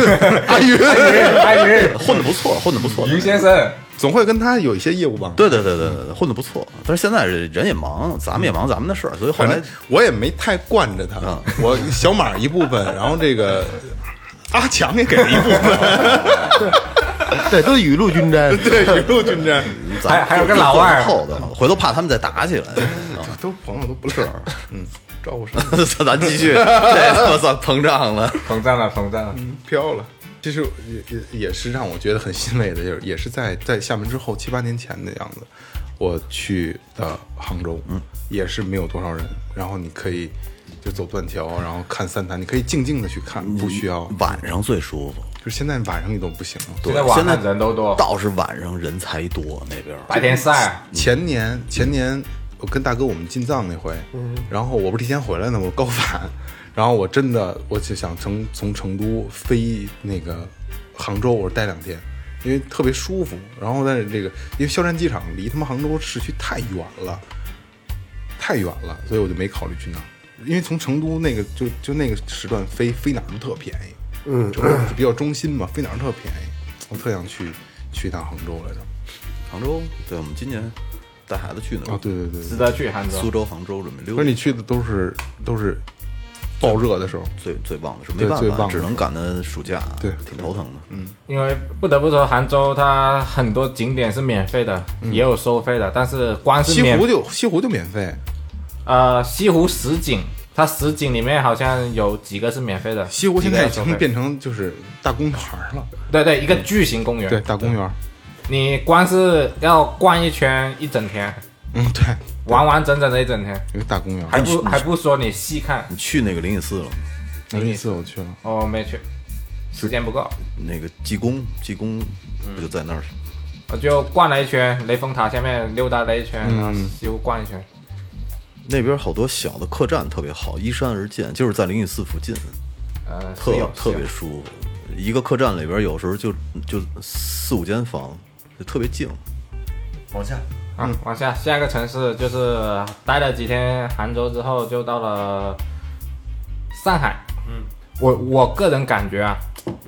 Speaker 3: 阿云
Speaker 2: 哎云
Speaker 5: 混的不错，混的不错，
Speaker 2: 云先生，
Speaker 3: 总会跟他有一些业务往来。
Speaker 5: 对对对对对，混的不错，但是现在人也忙，咱们也忙咱们的事儿，所以后
Speaker 3: 反
Speaker 5: 来
Speaker 3: 正我也没太惯着他，我小马一部分，然后这个阿强也给了一部 分，
Speaker 4: 对，都雨露均沾。
Speaker 3: 对，雨露均沾，
Speaker 5: 咱们
Speaker 2: 还还有个老外
Speaker 5: 就做得透的，回头怕他们再打起来。嗯
Speaker 3: 都朋友都不是，嗯，照顾上
Speaker 5: 咱继续，这他妈算膨胀了。
Speaker 2: 膨胀了，膨胀了。
Speaker 3: 飘了。其实也也也是让我觉得很欣慰的，就是也是在在厦门之后七八年前的样子，我去的杭州，嗯，也是没有多少人，然后你可以就走断桥，然后看三潭，你可以静静的去看，不需要。
Speaker 5: 晚上最舒服，
Speaker 3: 就是现在晚上你都不行了，
Speaker 2: 现在晚上人都多，
Speaker 5: 倒是晚上人才多那边儿。
Speaker 2: 白天晒，啊
Speaker 3: 前年前年我跟大哥我们进藏那回，然后我不是提前回来呢吗，我高反， 然后我真的我就想从从成都飞那个杭州，我待两天。因为特别舒服，然后但是这个因为萧山机场离他们杭州市区太远了，太远了，所以我就没考虑去那儿。因为从成都那个就就那个时段飞飞哪儿都特便宜，嗯，成都是比较中心嘛，飞哪儿都特便宜，我特想去去一趟杭州来着。
Speaker 5: 杭州，对我们今年带孩子去呢。
Speaker 3: 哦啊，对对对，对
Speaker 2: 值得去杭州
Speaker 5: 苏。州、杭州准备溜
Speaker 3: 可是
Speaker 5: 达
Speaker 3: 你。去的都是都是爆热的时候，
Speaker 5: 最最棒的是没
Speaker 3: 对最
Speaker 5: 办
Speaker 3: 棒
Speaker 5: 法，
Speaker 3: 的
Speaker 5: 只能赶在暑假，
Speaker 3: 对
Speaker 5: 挺头疼的。嗯，
Speaker 2: 因为不得不说，杭州它很多景点是免费的，也有收费的，但是光
Speaker 3: 嗯
Speaker 2: 是
Speaker 3: 西
Speaker 2: 免
Speaker 3: 湖就西湖就免费，
Speaker 2: 呃西湖十景，它十景里面好像有几个是免费的，
Speaker 3: 西湖现在已
Speaker 2: 几
Speaker 3: 经
Speaker 2: 个要收费
Speaker 3: 变成就是大公园儿了，
Speaker 2: 对对一个巨型公园，
Speaker 3: 对，大公园儿，
Speaker 2: 你光是要逛一圈一整天，
Speaker 3: 嗯，对，
Speaker 2: 完完整整的一整天，
Speaker 3: 有个大公园儿。
Speaker 2: 还不还不说你细看，
Speaker 5: 你去那个灵隐寺了吗？
Speaker 3: 那一次我去了，
Speaker 2: 我没去，时间不够，
Speaker 5: 那个济公，济公
Speaker 3: 嗯
Speaker 5: 不就在那儿？
Speaker 2: 我就逛了一圈雷峰塔下面溜达了一
Speaker 3: 嗯
Speaker 2: 圈，然后西湖逛一圈，
Speaker 5: 那边好多小的客栈特别好，依山而建，就是在灵隐寺附近，
Speaker 2: 呃，是
Speaker 5: 特
Speaker 2: 有
Speaker 5: 特别
Speaker 2: 是有
Speaker 5: 舒服。一个客栈里边有时候就就四五间房，就特别静。
Speaker 1: 往下，
Speaker 2: 啊，往下下一个城市就是待了几天杭州之后，就到了上海。嗯，我我个人感觉啊，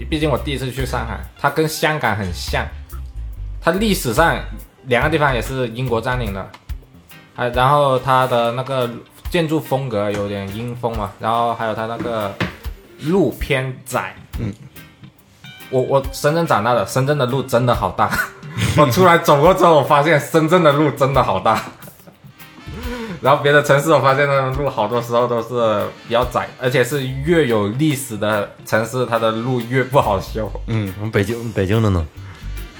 Speaker 2: 毕竟我第一次去上海，它跟香港很像，它历史上两个地方也是英国占领的，还然后它的那个建筑风格有点英风嘛，然后还有它那个路偏窄。嗯，我我深圳长大的，深圳的路真的好大。 我出来走过之后，我发现深圳的路真的好大。 然后别的城市，我发现那种路好多时候都是比较窄，而且是越有历史的城市，它的路越不好修。
Speaker 1: 嗯，北京北京的呢？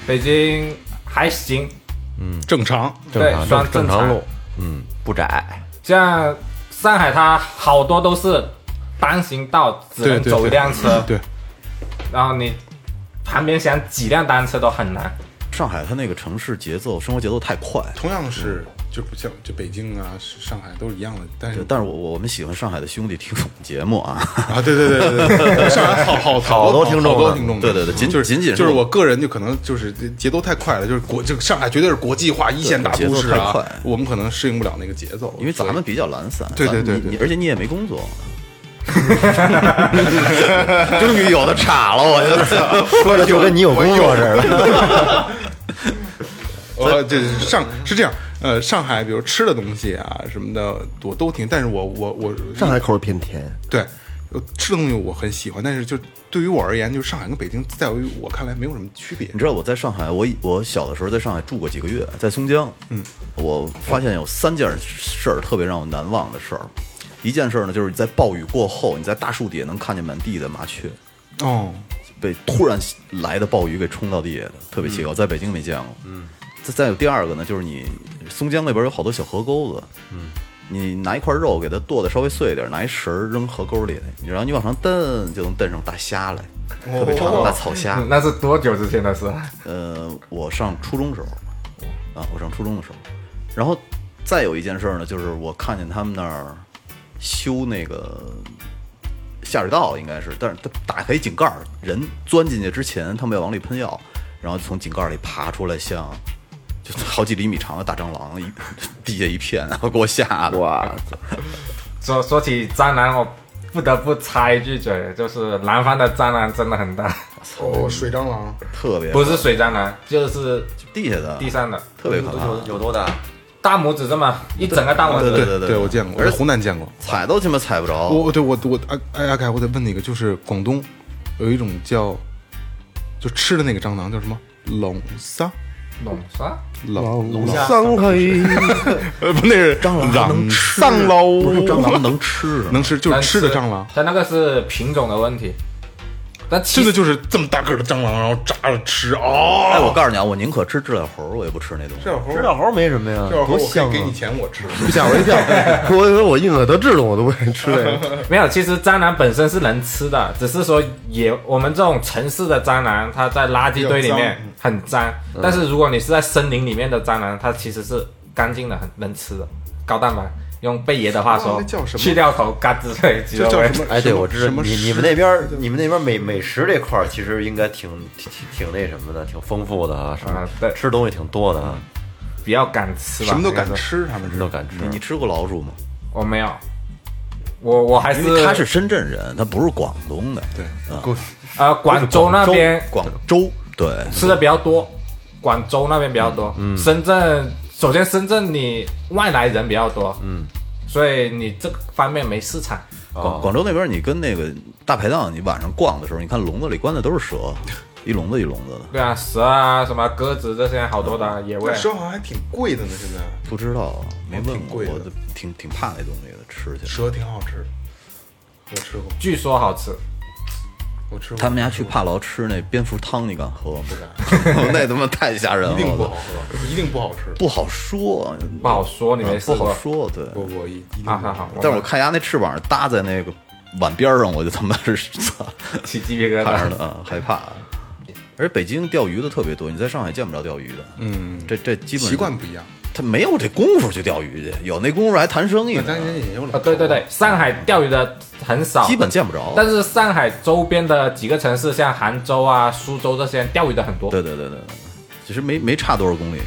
Speaker 2: 北京还行，
Speaker 3: 正常，
Speaker 1: 正
Speaker 2: 对，
Speaker 1: 常
Speaker 2: 算
Speaker 1: 正
Speaker 2: 正
Speaker 1: 常路，嗯，不窄，
Speaker 2: 像上海，它好多都是单行道，只
Speaker 3: 对
Speaker 2: 能
Speaker 3: 对
Speaker 2: 走一辆车，
Speaker 1: 嗯
Speaker 3: 对，
Speaker 2: 然后你旁边想几辆单车都很难。
Speaker 5: 上海它那个城市节奏、生活节奏太快，
Speaker 3: 同样是就不像就北京啊、上海都是一样的，但是
Speaker 5: 但是我我们喜欢上海的兄弟听我们节目啊，
Speaker 3: 啊，对对对对对对，上 海好好
Speaker 1: 好多听众
Speaker 3: 好多
Speaker 1: 呢
Speaker 3: 听众呢，
Speaker 5: 啊对对对仅
Speaker 3: 就是
Speaker 5: 仅仅是
Speaker 3: 就是
Speaker 5: 我
Speaker 3: 我个人就可能就是节奏太快了，就是国就上海绝对是国际化一线大
Speaker 5: 节
Speaker 3: 都
Speaker 5: 奏
Speaker 3: 市
Speaker 5: 太
Speaker 3: 啊
Speaker 5: 快，
Speaker 3: 我们可能适应不了那个节奏，
Speaker 5: 因为咱
Speaker 3: 所以
Speaker 5: 们比较懒散，
Speaker 3: 对对对
Speaker 5: 咱们你
Speaker 3: 对对
Speaker 5: 你而且你也没 工作。终于有的岔了，我觉 得。
Speaker 1: 说的就跟你有工作似的。
Speaker 3: 呃，这上是这样，呃，上海比如吃的东西啊什么的，我都挺，但是我我我
Speaker 4: 上海口味偏甜，
Speaker 3: 对呃吃的东西我很喜欢，但是就对于我而言，就是上海跟北京，在于我看来没有什么区别
Speaker 5: 你。知道我在上海，我我小的时候在上海住过几个月，在松江。嗯，我发现有三件事儿特别让我难忘的事儿。一件事儿呢，就是你在暴雨过后，你在大树底下能看见满地的麻雀，
Speaker 3: 哦，
Speaker 5: 被突然来的暴雨给冲到地下的，特别奇怪，在北京没见过。嗯，再再有第二个呢，就是你松江那边有好多小河沟子，嗯，你拿一块肉给它剁的稍微碎一点，拿一绳儿扔河沟里，你然后你往上蹬，就能蹬上大虾来，特别长的大草虾。
Speaker 2: 嗯那是多久之前的事？
Speaker 5: 呃，我上初中的时候，啊，我上初中的时候，然后再有一件事儿呢，就是我看见他们那儿修那个下水道，应该是，但是他打开井盖儿，人钻进去之前，他们要往里喷药，然后从井盖儿里爬出来，像就好几厘米长的大蟑螂，一地下一片，然后给我吓的， 哇，
Speaker 2: 说说起蟑螂，我不得不插一句嘴，就是南方的蟑螂真的很大，
Speaker 3: 哦，水蟑螂，
Speaker 5: 特别
Speaker 2: 不是水蟑螂，就是
Speaker 5: 地下的，
Speaker 2: 地上的
Speaker 5: 特别可怕，
Speaker 1: 有多大？
Speaker 2: 大拇指这么一整个大拇
Speaker 5: 对对
Speaker 2: 指，
Speaker 3: 对
Speaker 5: 对
Speaker 3: 我见过，我
Speaker 5: 而哦
Speaker 3: 在
Speaker 5: 且
Speaker 3: 湖南见过。
Speaker 5: 踩都他妈踩不着，
Speaker 3: 我对我我哎哎阿凯，我得问你一个，就是广东有一种叫就吃的那个蟑螂叫什么？龙虾，
Speaker 2: 弄啥？
Speaker 3: 龙龙虾，
Speaker 4: 上海
Speaker 3: 呃，不，那是
Speaker 5: 蟑螂还能吃
Speaker 3: 上喽，
Speaker 5: 不是蟑螂能吃是吗，
Speaker 3: 能吃，就是吃的蟑螂，，
Speaker 2: 它那个是品种的问题。但
Speaker 3: 真
Speaker 2: 其实
Speaker 3: 的就是这么大个儿的蟑螂，然后炸了吃
Speaker 5: 哎，
Speaker 3: 哦。
Speaker 5: 我告诉你啊，我宁可吃知了猴，我也不吃那东西。
Speaker 3: 猴
Speaker 1: 知了猴没什么呀，多香啊！
Speaker 3: 钱，我吃。
Speaker 4: 吓我一跳，我以为我宁可得志了，我都不愿意吃这个。
Speaker 2: 没有，其实蟑螂本身是能吃的，只是说也我们这种城市的蟑螂，它在垃圾堆里面很脏，
Speaker 3: 嗯
Speaker 2: 但是如果你是在森林里面的蟑螂，它其实是干净的，很能吃的，高蛋白。用贝爷的话
Speaker 3: 哦
Speaker 2: 说，
Speaker 3: 那叫什么
Speaker 2: 去掉头嘎吱脆，鸡
Speaker 3: 这
Speaker 2: 肉
Speaker 3: 叫
Speaker 2: 味
Speaker 3: 什么？
Speaker 1: 哎，对，
Speaker 3: 什么
Speaker 1: 我知道
Speaker 3: 什么
Speaker 1: 你
Speaker 3: 食
Speaker 1: 你们那边儿你们那边儿美美食这块儿其实应该挺挺挺那什么的，挺丰富的啊，什么
Speaker 2: 啊对
Speaker 1: 吃东西挺多的啊，
Speaker 2: 比较敢吃吧，
Speaker 3: 什么都敢
Speaker 2: 应该说。
Speaker 3: 吃，他们
Speaker 1: 什么
Speaker 3: 是啊
Speaker 1: 都敢吃。
Speaker 5: 你吃过老鼠吗？
Speaker 2: 我没有，我我还是
Speaker 5: 因为他是深圳人，他不是广东的。
Speaker 3: 哎对
Speaker 5: 啊，
Speaker 2: 呃广州那边
Speaker 5: 广州对，
Speaker 2: 吃的比较多，广州那边比较多。
Speaker 5: 嗯
Speaker 2: 深圳首先深圳你外来人比较多，嗯，所以你这个方面没市场。
Speaker 3: 哦
Speaker 5: 广广州那边，你跟那个大排档，你晚上逛的时候，你看笼子里关的都是蛇，一笼子一笼子的。
Speaker 2: 对啊，蛇啊，什么鸽子这些好多的啊
Speaker 5: 嗯
Speaker 2: 野味
Speaker 3: 那。蛇好像还挺贵的呢，现在
Speaker 5: 不知道，没问
Speaker 3: 哦挺
Speaker 5: 过，
Speaker 3: 贵的
Speaker 5: 我就挺挺怕那东西的，吃起来。
Speaker 3: 蛇挺好吃的，我吃过，
Speaker 2: 据说好吃，
Speaker 3: 我吃过。
Speaker 5: 他们家去帕劳吃那蝙蝠汤，你敢喝吗？不敢， 那他妈太吓人了，
Speaker 3: 啊 一定不好喝，一定不好吃。
Speaker 5: 不好说，
Speaker 2: 不好说，你没
Speaker 5: 嗯
Speaker 2: 试
Speaker 5: 不
Speaker 2: 过
Speaker 5: 好。说，对。
Speaker 3: 不不一一定不
Speaker 2: 啊，好好，
Speaker 5: 但是我看人家那翅膀搭在那个碗边上，我就他妈 是操，
Speaker 2: 起鸡皮疙
Speaker 5: 看
Speaker 2: 瘩
Speaker 5: 着。的啊，害怕。而北京钓鱼的特别多，你在上海见不着钓鱼的。嗯，这这基本
Speaker 3: 习惯不一样。
Speaker 5: 他没有这功夫去钓鱼去，有那功夫还谈生意
Speaker 3: 那
Speaker 5: 呢，
Speaker 3: 咱人也有了
Speaker 2: 啊，对对对，上海钓鱼的很少，
Speaker 5: 基本见不 着。
Speaker 2: 但是上海周边的几个城市，像杭州啊、苏州这些，钓鱼的很多，
Speaker 5: 对对对对，对其实没没差多少公里。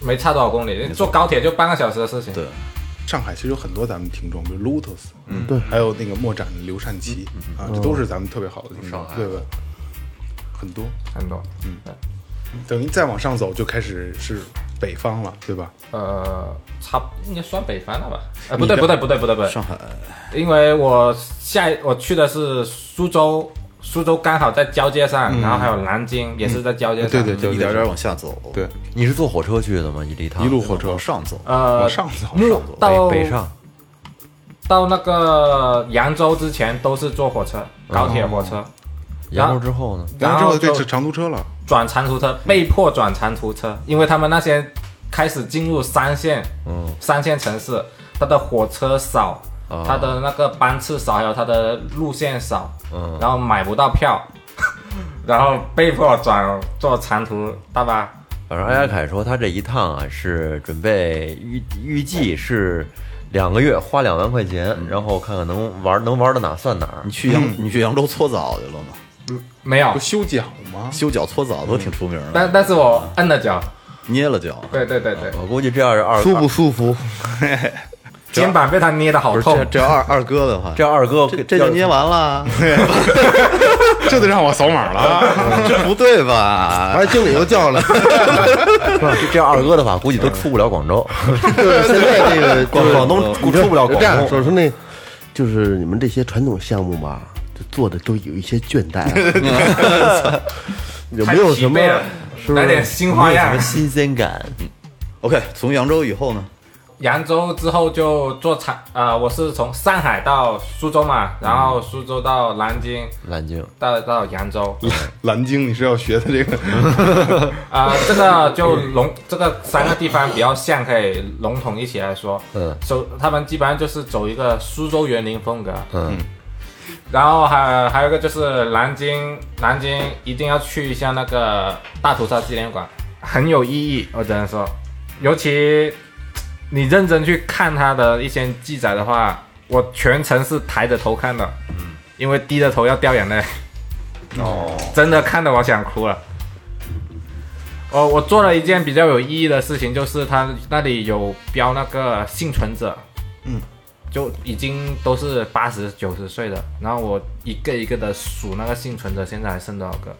Speaker 2: 没差多少公里，坐高铁就半个小时的事情。
Speaker 5: 对，
Speaker 3: 上海其实有很多咱们听众，比如 Lotus，嗯，对，还有那个莫展的刘善奇啊，这都是咱们特别好的听众，对吧？很多，
Speaker 2: 很多。嗯，
Speaker 3: 等于再往上走就开始是北方了，对吧？
Speaker 2: 呃，差不应该算北方了吧？呃，不
Speaker 3: 你
Speaker 2: 对，
Speaker 3: 的
Speaker 2: 不对，不对，不对，不对，
Speaker 5: 上海
Speaker 2: 因为我下一我去的是苏州，苏州刚好在交界上，然后还有南京也是在交界上。
Speaker 3: 嗯对对对
Speaker 5: 一点点往下走，啊
Speaker 3: 对，
Speaker 1: 你是坐火车去的吗？伊犁塔
Speaker 3: 一路火车啊
Speaker 5: 往上走。
Speaker 2: 呃，
Speaker 3: 往上走，
Speaker 2: 目到
Speaker 1: 北北上，
Speaker 2: 到那个扬州之前都是坐火车，
Speaker 3: 哦
Speaker 2: 高铁火车，
Speaker 3: 嗯
Speaker 1: 扬州之后呢？
Speaker 3: 然后之后
Speaker 2: 然后
Speaker 3: 就
Speaker 2: 就
Speaker 3: 长途车了，
Speaker 2: 转长途车，被迫转长途车，因为他们那些开始进入三线，嗯，三线城市，它的火车少，它的那个班次少，还有它的路线少，嗯，然后买不到票， 然后被迫转坐长途大巴。
Speaker 1: 反正艾亚凯说他这一趟啊是准备预预计是两个月，花两万块钱，然后看看能玩能玩到哪算哪儿
Speaker 5: 你。去扬、
Speaker 3: 嗯
Speaker 5: 你去扬州搓澡去了吗？
Speaker 2: 没有
Speaker 3: 不，修脚吗？
Speaker 5: 修脚搓澡都
Speaker 3: 嗯
Speaker 5: 挺出名的，
Speaker 2: 但但是我摁了脚，
Speaker 5: 捏了脚。
Speaker 2: 对对对对，
Speaker 1: 我估计这要是二
Speaker 4: 舒不舒服？
Speaker 2: 肩膀被他捏的好
Speaker 5: 不是
Speaker 2: 痛
Speaker 5: 这，这要二二哥的话，
Speaker 1: 这二哥
Speaker 5: 这这就捏 完了， 啊
Speaker 3: 这得让我扫码了啊，
Speaker 5: 这不对吧？
Speaker 4: 哎，经理又叫来了。
Speaker 1: 这要二哥的话，估计都出不了广州。
Speaker 4: 就是现在这个
Speaker 1: 广广东
Speaker 4: 你
Speaker 1: 出不了广东
Speaker 4: 这样说说那，就是你们这些传统项目吧，就做的都有一些倦怠 了，有没有什么
Speaker 2: 太疲惫了？
Speaker 4: 是不
Speaker 2: 来点
Speaker 4: 是？
Speaker 2: 新花样
Speaker 1: 什么。新鲜感？
Speaker 5: OK，从扬州以后呢？
Speaker 2: 扬州之后就坐长，呃，我是从上海到苏州嘛，然后苏州到南京，
Speaker 1: 南京
Speaker 2: 到到扬州，
Speaker 3: 蓝鲸你是要学的这个，
Speaker 2: 啊、这个就笼这个三个地方比较像，可以笼统一起来说。
Speaker 1: 嗯，
Speaker 2: 走，他们基本上就是走一个苏州园林风格。
Speaker 1: 嗯，
Speaker 2: 然后还还有一个就是南京，南京一定要去一下那个大屠杀纪念馆，很有意义，我只能说，尤其你认真去看它的一些记载的话，我全程是抬着头看的，嗯，因为低着头要掉眼泪。哦，真的看得我想哭了。哦，我做了一件比较有意义的事情，就是他那里有标那个幸存者，嗯，就已经都是八十九十岁的，然后我一个一个的数那个幸存者，现在还剩多少个，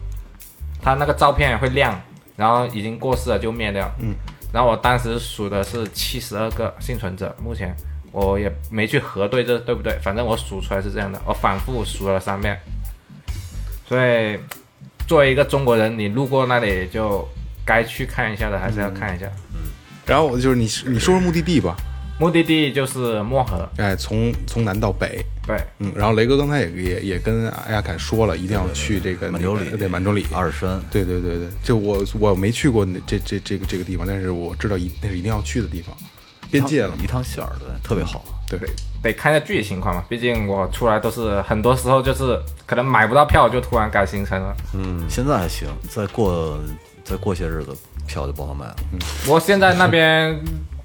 Speaker 2: 他那个照片会亮，然后已经过世了就灭掉，嗯，然后我当时数的是七十二个幸存者，目前我也没去核对这对不对，反正我数出来是这样的，我反复数了三遍，所以作为一个中国人，你路过那里就该去看一下的，还是要看一下。
Speaker 5: 嗯
Speaker 3: 然后我就是你你说说目的地吧，
Speaker 2: 目的地就是漠河，
Speaker 3: 哎，从从南到北，
Speaker 2: 对，
Speaker 3: 嗯，然后雷哥刚才也也也跟艾亚凯说了，一定要去这个
Speaker 5: 满洲里
Speaker 3: 那个对满洲里
Speaker 5: 二山，
Speaker 3: 对对对对，这我我没去过那这这这个这个地方，但是我知道一那是一定要去的地方，边界了嘛
Speaker 5: 一，趟线儿，对，特别好。
Speaker 3: 对，
Speaker 2: 得看一下具体情况嘛。毕竟我出来都是很多时候就是可能买不到票，就突然改行 程了。
Speaker 4: 嗯
Speaker 5: 现在还行，再过再过些日子票就不好买了。
Speaker 4: 嗯
Speaker 2: 不过现在那边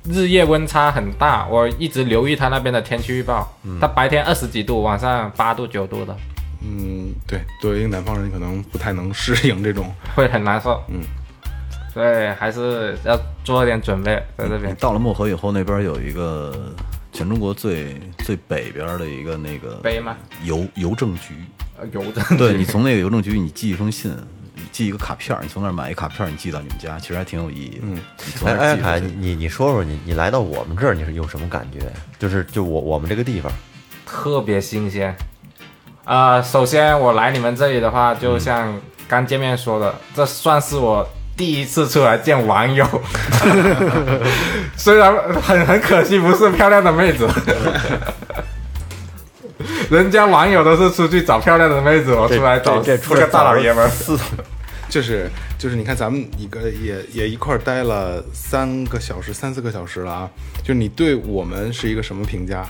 Speaker 2: 日夜温差很大，我一直留意他那边的天气预报，
Speaker 5: 嗯
Speaker 2: 他白天二十几度，晚上八度九度的，
Speaker 3: 嗯，对，作为一个南方人，可能不太能适应这种。
Speaker 2: 会很难受。嗯，所以还是要做一点准备在这
Speaker 5: 你
Speaker 2: 边。
Speaker 5: 到了漠河以后，那边有一个全中国最最北边的一个那个
Speaker 2: 北吗？
Speaker 5: 邮邮政局，
Speaker 2: 呃有的，
Speaker 5: 对你从那个邮政局，你寄一封信，你寄一个卡片儿，你从那儿买一卡片儿，你寄到你们家，其实还挺有意义的。嗯，你从
Speaker 1: 哎，
Speaker 5: 那
Speaker 1: 艾
Speaker 5: 儿
Speaker 1: 亚
Speaker 5: 寄回
Speaker 1: 凯，
Speaker 5: 去
Speaker 1: 你你你说说你你来到我们这儿，你是有什么感觉？就是就我我们这个地方，
Speaker 2: 特别新鲜。啊，首先我来你们这里的话，就像刚见面说的，这算是我第一次出来见网友， 虽然很很可惜不是漂亮的妹子，人家网友都是出去找漂亮的妹子，我出来找
Speaker 1: 这这
Speaker 2: 四个大老爷们儿。
Speaker 3: 就是就是，你看咱们一个也也一块儿待了三个小时、三四个小时了啊，就是你对我们是一个什么评价？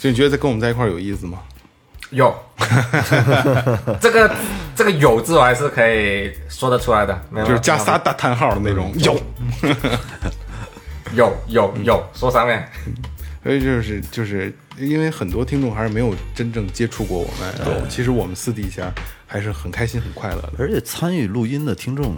Speaker 3: 就你觉得跟我们在一块儿有意思吗？
Speaker 2: 有， 这个这个有字我还是可以说得出来的，没有
Speaker 3: 就是加
Speaker 2: 没有
Speaker 3: 仨大叹号的那种，
Speaker 2: 嗯
Speaker 3: 有。
Speaker 2: 有有有，说三遍。
Speaker 3: 所以就是就是因为很多听众还是没有真正接触过我们，然后其实我们私底下还是很开心、很快乐的。
Speaker 5: 而且参与录音的听众，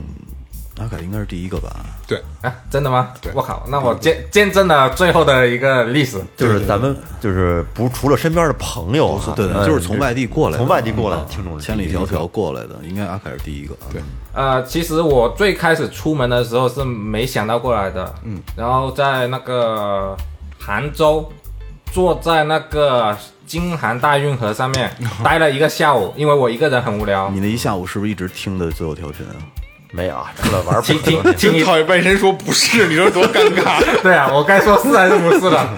Speaker 5: 阿凯应该是第一个吧？
Speaker 3: 对，
Speaker 2: 啊，真的吗
Speaker 3: 对？
Speaker 2: 我靠，那我见见证了最后的一个历史。
Speaker 1: 就是咱们就是不除了身边的朋友啊，
Speaker 5: 对
Speaker 1: 嗯
Speaker 5: 对，就是从外地过来的，
Speaker 1: 从外地过来
Speaker 5: 嗯
Speaker 1: 听众是
Speaker 5: 千里
Speaker 1: 第一个
Speaker 5: 迢迢过来的，应该阿凯是第一个。嗯对，
Speaker 2: 呃，其实我最开始出门的时候是没想到过来的，嗯，然后在那个杭州，坐在那个京杭大运河上面待了一个下午，因为我一个人很无聊，
Speaker 5: 你那一下午是不是一直听的最后调频啊？
Speaker 1: 没有啊，出来 玩儿
Speaker 2: 听
Speaker 1: 不
Speaker 2: 听听
Speaker 3: 真
Speaker 2: 一，
Speaker 3: 讨厌，半神说不是，你说多尴尬。
Speaker 2: 对啊，我该说是还是不是了？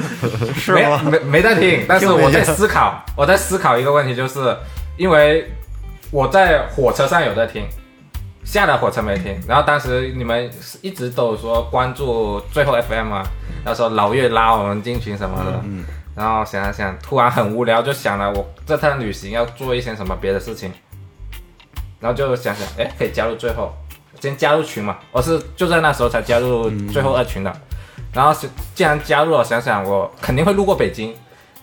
Speaker 2: 是
Speaker 1: 吗
Speaker 2: 没没没在听，但是
Speaker 1: 听没
Speaker 2: 我在
Speaker 1: 见
Speaker 2: 思考，我在思考一个问题，就是因为我在火车上有在听，下了火车没听。然后当时你们一直都说关注最后 FM 啊，然后说老岳拉我们进群什么的，然后想了想，突然很无聊，就想了我这趟旅行要做一些什么别的事情，然后就想想，哎，可以加入最后，先加入群嘛，我是就在那时候才加入最后二群的。然后是既然加入了，想想我肯定会路过北京，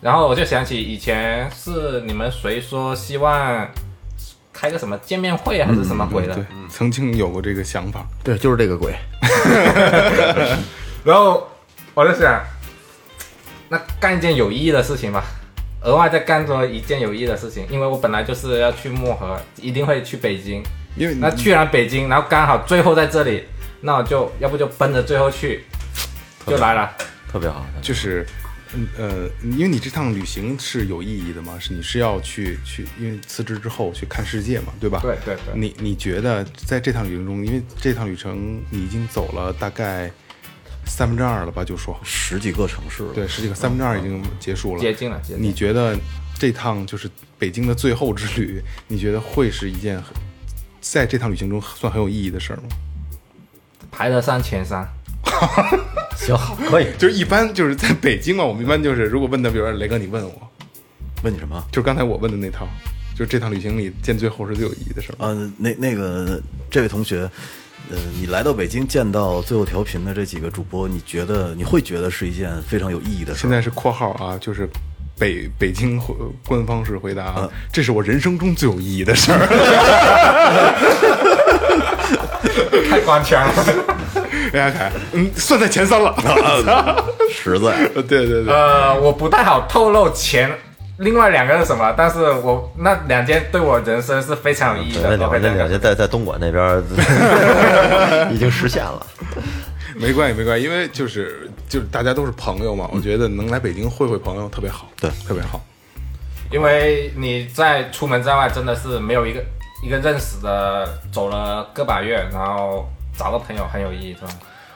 Speaker 2: 然后我就想起以前是你们谁说希望开个什么见面会还是什么鬼的，
Speaker 3: 嗯
Speaker 2: 嗯
Speaker 3: 对，曾经有过这个想法，
Speaker 4: 对，就是这个鬼。
Speaker 2: 然后我就想，那干一件有意义的事情吧，额外再干多一件有意义的事情，因为我本来就是要去漠河，一定会去北京，
Speaker 3: 因为
Speaker 2: 那去完北京，然后刚好最后在这里，那我就要不就奔着最后去，就来了。
Speaker 1: 特别好。
Speaker 3: 就是，嗯呃，因为你这趟旅行是有意义的嘛，是你是要去去，因为辞职之后去看世界嘛，对吧？
Speaker 2: 对对对
Speaker 3: 你你觉得在这趟旅程中，因为这趟旅程你已经走了大概三分之二了吧？就说
Speaker 5: 十几个城市了，
Speaker 3: 对，十几个三分之二已经结束嗯了，
Speaker 2: 接近了接近了
Speaker 3: 你觉得这趟就是北京的最后之旅， 你觉得会是一件很在这趟旅行中算很有意义的事儿吗？
Speaker 2: 排得上前三，
Speaker 1: 行，可以。
Speaker 3: 就是一般就是在北京嘛，我们一般就是如果问的，比如说雷哥，你问我，
Speaker 5: 问你什么？
Speaker 3: 就是刚才我问的那套，就是这趟旅行里见最后是最有意义的事儿吗。
Speaker 5: 呃，那那个这位同学，呃，你来到北京见到最后调频的这几个主播，你觉得你会觉得是一件非常有意义的事
Speaker 3: 现
Speaker 5: 儿？
Speaker 3: 在是括号啊，就是北北京回官方式回答啊，这是我人生中最有意义的事儿。
Speaker 2: 太官腔了。
Speaker 3: 哎呀，凯，嗯，算在前三了。
Speaker 5: 实在，
Speaker 3: 对对对，
Speaker 2: 呃，我不太好透露前另外两个是什么，但是我那两件对我人生是非常有意义
Speaker 1: 那
Speaker 2: 的。
Speaker 1: 两
Speaker 2: OK，
Speaker 1: 那
Speaker 2: 这
Speaker 1: 两
Speaker 2: 个
Speaker 1: 天在在东莞那边 儿已经实现了，
Speaker 3: 没关系没关系，因为就是就是大家都是朋友嘛，我觉得能来北京会会朋友特别好，
Speaker 5: 对
Speaker 3: 特别好。
Speaker 2: 因为你在出门在外真的是没有一个一个认识的，走了个把月，然后找个朋友很有意义，是吧？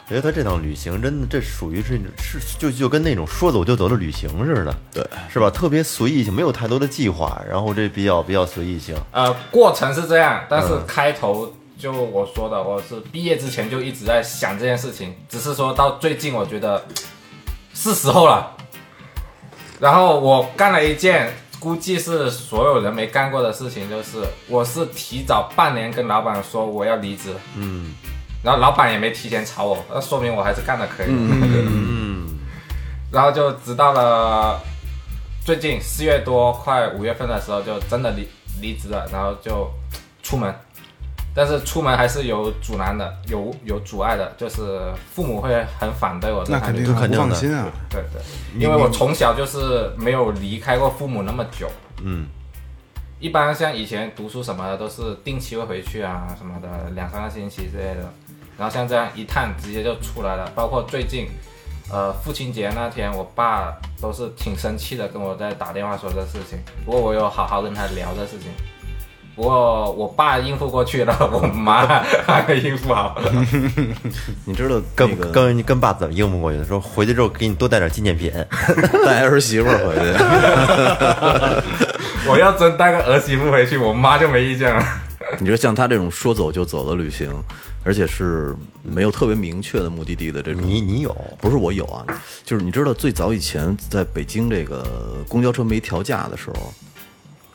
Speaker 1: 我觉得他这趟旅行真的，这属于是是就就跟那种说走就走的旅行似的，
Speaker 5: 对，
Speaker 1: 是吧？特别随意性，没有太多的计划，然后这比较比较随意性，
Speaker 2: 呃，过程是这样，但是开头就我说的，我是毕业之前就一直在想这件事情，只是说到最近，我觉得是时候了。然后我干了一件估计是所有人没干过的事情，就是我是提早半年跟老板说我要离职，嗯，然后老板也没提前炒我，那说明我还是干的可以，嗯，然后就直到了最近四月多快五月份的时候，就真的离离职了，然后就出门，但是出门还是有阻拦的，有有阻碍的，就是父母会很反对我这
Speaker 3: 那
Speaker 2: 趟
Speaker 3: 肯
Speaker 2: 旅
Speaker 3: 定
Speaker 2: 程
Speaker 3: 啊
Speaker 1: 肯定
Speaker 3: 不
Speaker 1: 的
Speaker 3: 放心啊，
Speaker 2: 对对，因为我从小就是没有离开过父母那么久。嗯，一般像以前读书什么的，都是定期会回去啊什么的，两三个星期之类的。然后像这样一趟直接就出来了，包括最近呃，父亲节那天，我爸都是挺生气的，跟我在打电话说这事情。不过我有好好跟他聊这事情。不过我爸应付过去了，我妈还没应付 好。
Speaker 5: 你知道那
Speaker 1: 跟
Speaker 5: 个
Speaker 1: 跟跟爸怎么应付过去的？说回去之后给你多带点纪念品，
Speaker 5: 带儿媳妇儿回去，
Speaker 2: 我要真带个儿媳妇回去，我妈就没意见了。
Speaker 5: 你说像他这种说走就走的旅行，而且是没有特别明确的目的地的这种，
Speaker 1: 你你有
Speaker 5: 不是我有啊，就是你知道最早以前在北京这个公交车没调价的时候，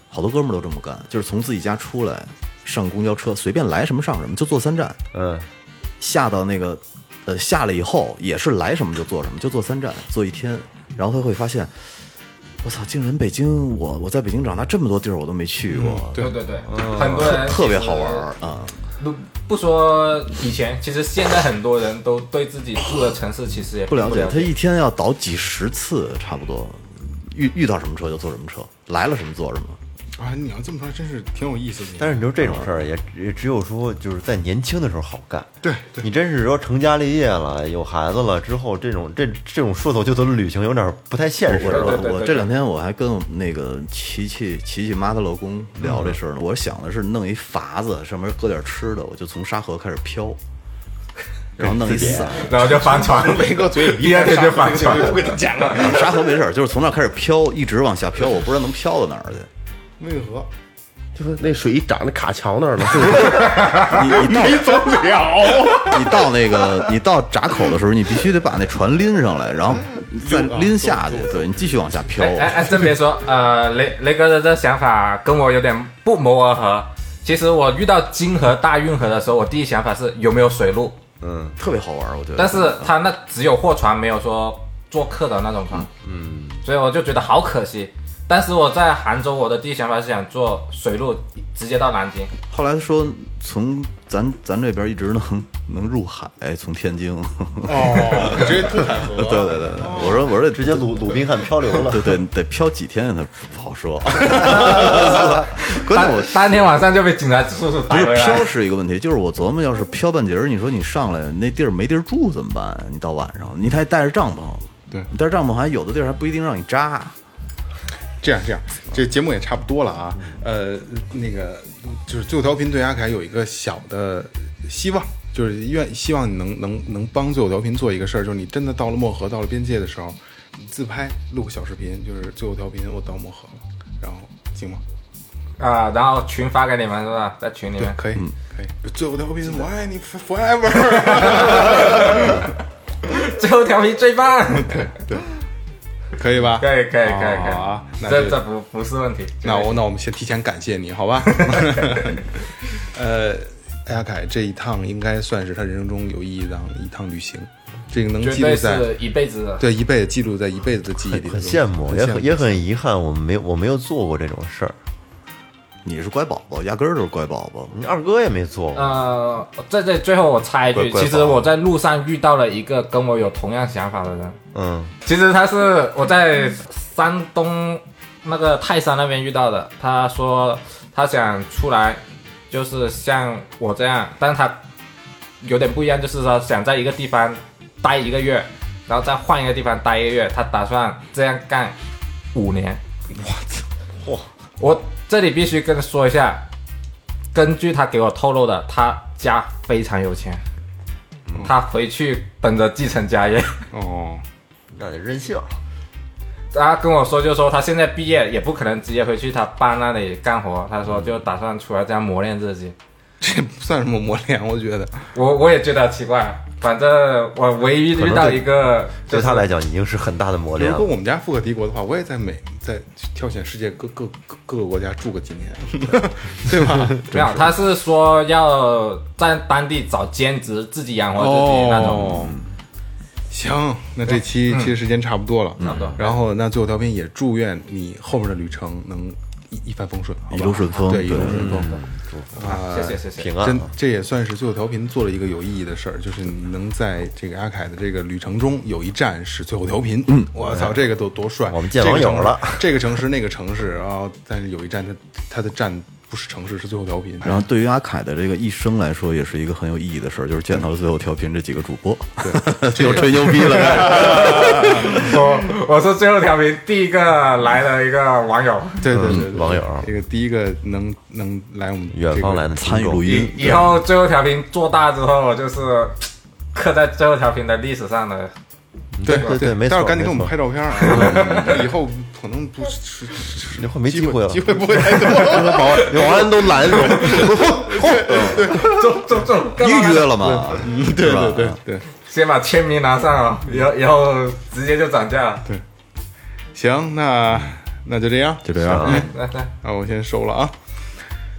Speaker 5: 好多哥们儿都这么干，就是从自己家出来上公交车，随便来什么上什么，就坐三站，
Speaker 1: 嗯，
Speaker 5: 下到那个呃下了以后也是来什么就坐什么，就坐三站坐一天，然后他会发现。我操！竟然北京，我我在北京长大，这么多地儿我都没去过，
Speaker 2: 对对对，很多
Speaker 5: 嗯
Speaker 2: 人
Speaker 5: 特别
Speaker 2: 其实
Speaker 5: 好玩儿啊！
Speaker 2: 不不说以前，其实现在很多人都对自己住的城市其实也
Speaker 5: 不了
Speaker 2: 解
Speaker 5: 解，他一天要倒几十次，差不多，遇遇到什么车就坐什么车，来了什么坐什么。
Speaker 3: 啊，你要这么说，真是挺有意思的。
Speaker 1: 但是你说这种事儿也也只有说就是在年轻的时候好干。
Speaker 3: 对对
Speaker 1: 你真是说成家立业了，有孩子了之后，这种这这种说走就走的旅行有点不太现实
Speaker 5: 我
Speaker 1: 了。
Speaker 5: 我我这两天我还跟我们那个琪琪琪琪妈她老公聊这事儿呢，我想的是弄一筏子，上面搁点吃的，我就从沙河开始 飘，然后弄一伞。
Speaker 2: 然后就 翻船，
Speaker 3: 雷哥嘴里
Speaker 2: 第二天就翻船。
Speaker 3: 不跟你讲了。
Speaker 5: 啊沙河没事儿，就是从那儿开始飘，一直往下飘，我不知道能飘到哪儿去。
Speaker 3: 渭河
Speaker 4: 就是那水一涨，那卡桥那儿了，是不是？
Speaker 5: 你你到
Speaker 3: 走不了，
Speaker 5: 你到那个 你到闸口的时候，你必须得把那船拎上来，然后再拎下去。对你继续往下飘。
Speaker 2: 哎哎哎，真别说，呃，雷雷哥的这想法跟我有点不谋而合。其实我遇到金河大运河的时候，我第一想法是有没有水路，
Speaker 5: 特别好玩，我觉得。
Speaker 2: 但是他那只有货船，没有说做客的那种船，嗯，所以我就觉得好可惜。但是我在杭州，我的第一想法是想坐水路直接到南京，
Speaker 5: 后来说从咱咱这边一直能能入海，从天津。
Speaker 3: 哦，直接吐海河。
Speaker 5: 对对对对，我说我说
Speaker 1: 直接鲁鲁滨汉漂流了。
Speaker 5: 对对得飘几天，他不 好说。关键
Speaker 2: 当
Speaker 5: 我
Speaker 2: 当天晚上就被警察叔叔
Speaker 5: 不
Speaker 2: 逮
Speaker 5: 是
Speaker 2: 回来
Speaker 5: 飘。是一个问题，就是我琢磨，要是飘半截儿，你说你上来那地儿没地儿住怎么办啊？你到晚上，你还带着帐篷，
Speaker 3: 对
Speaker 5: 你带着帐篷还有的地儿还不一定让你扎。
Speaker 3: 这样这样，这节目也差不多了啊。呃，那个就是最后调频对阿凯有一个小的希望，就是愿希望你能能能帮最后调频做一个事儿，就是你真的到了漠河，到了边界的时候，你自拍录个小视频，就是最后调频我到漠河了，然后行吗？
Speaker 2: 啊、然后群发给你们是吧？在群里
Speaker 3: 对啊嗯
Speaker 2: 面，。
Speaker 3: 可以，可以。最后调频，我爱你 forever。
Speaker 2: 最后调皮最 棒，
Speaker 3: 可以吧？
Speaker 2: 可以可以可以可以，
Speaker 3: 好啊那
Speaker 2: 这
Speaker 3: 就
Speaker 2: 这不不是问题。
Speaker 3: 那我那我们先提前感谢你，好吧？呃，艾亚凯这一趟应该算是他人生中有意义的一趟旅行，这个能
Speaker 2: 绝
Speaker 3: 记录
Speaker 2: 对
Speaker 3: 在
Speaker 2: 是一辈子的。
Speaker 3: 对一辈子记录在一辈子的记忆里，
Speaker 1: 很羡慕，也很
Speaker 3: 很
Speaker 1: 也很遗憾，我们没有我没有做过这种事儿。
Speaker 5: 你是乖宝宝，压根儿就是乖宝宝。
Speaker 1: 你二哥也没做
Speaker 5: 啊
Speaker 1: 过，
Speaker 2: 呃，在这最后我插一句，
Speaker 1: 乖乖宝
Speaker 2: 其实我在路上遇到了一个跟我有同样想法的人。
Speaker 1: 嗯，
Speaker 2: 其实他是我在山东那个泰山那边遇到的。他说他想出来，就是像我这样，但他有点不一样，就是说想在一个地方待一个月，然后再换一个地方待一个月。他打算这样干五年。我操！我这里必须跟说一下，根据他给我透露的，他家非常有钱。他回去等着继承家业。
Speaker 3: 哦，
Speaker 1: 那得任性。
Speaker 2: 他跟我说，就说他现在毕业也不可能直接回去他爸那里干活，他说就打算出来这样磨练自己。
Speaker 3: 这不算什么磨练，我觉得
Speaker 2: 我我也觉得奇怪，反正我唯一遇到一个
Speaker 1: 对
Speaker 2: 就是
Speaker 1: 他来讲已经是很大的磨练
Speaker 3: 如
Speaker 1: 了
Speaker 3: 果。我们家富可敌国的话，我也在美在挑选世界各各各各个国家住个几年， 对吧？
Speaker 2: 没有，他是说要在当地找兼职自己养活自己那种。
Speaker 3: 哦，行，那这期其实时间差不多了，差不
Speaker 2: 多
Speaker 3: 然后那最后调频也祝愿你后边的旅程能一一帆风顺，好吧
Speaker 5: 一路顺风
Speaker 3: 对，一路
Speaker 5: 对
Speaker 3: 顺风。
Speaker 1: 嗯
Speaker 2: 谢谢谢谢
Speaker 1: 平，安
Speaker 3: 真
Speaker 1: 啊，
Speaker 3: 这也算是最后调频做了一个有意义的事儿，就是你能在这个阿凯的这个旅程中有一站是最后调频。嗯，我操，这个多多帅！
Speaker 1: 我们见
Speaker 3: 这个
Speaker 1: 网友
Speaker 3: 城市
Speaker 1: 了，
Speaker 3: 这个城市那个城市啊，但是有一站它它的站不是城市，是最后调频。
Speaker 5: 然后对于阿凯的这个一生来说，也是一个很有意义的事儿，就是见到了最后调频这几个主播， 对，又吹牛逼了开始。
Speaker 2: 我我是最后调频第一个来的一个网友，
Speaker 3: 对对对对，
Speaker 1: 嗯网友
Speaker 3: 这个第一个能能来我们
Speaker 1: 远方来的听
Speaker 5: 参与
Speaker 1: 众
Speaker 5: 录音，
Speaker 2: 以后最后调频做大之后，我就是刻在最后调频的历史上的。
Speaker 3: 对
Speaker 1: 对对没错
Speaker 3: 待会儿赶紧给我
Speaker 1: 没错
Speaker 3: 们拍照片儿 啊！以后可能不是，
Speaker 1: 以后没
Speaker 3: 机
Speaker 1: 机会了
Speaker 3: 机会不会太多。
Speaker 1: 保 安保安都拦住，
Speaker 2: 中中中，干嘛
Speaker 5: 预约了嘛？对吧？
Speaker 3: 对对，
Speaker 2: 先把签名拿上啊，以后以后直接就涨价了。
Speaker 3: 行，那那就这样，
Speaker 5: 就这样啊。
Speaker 2: 来来，
Speaker 3: 啊，我先收了啊。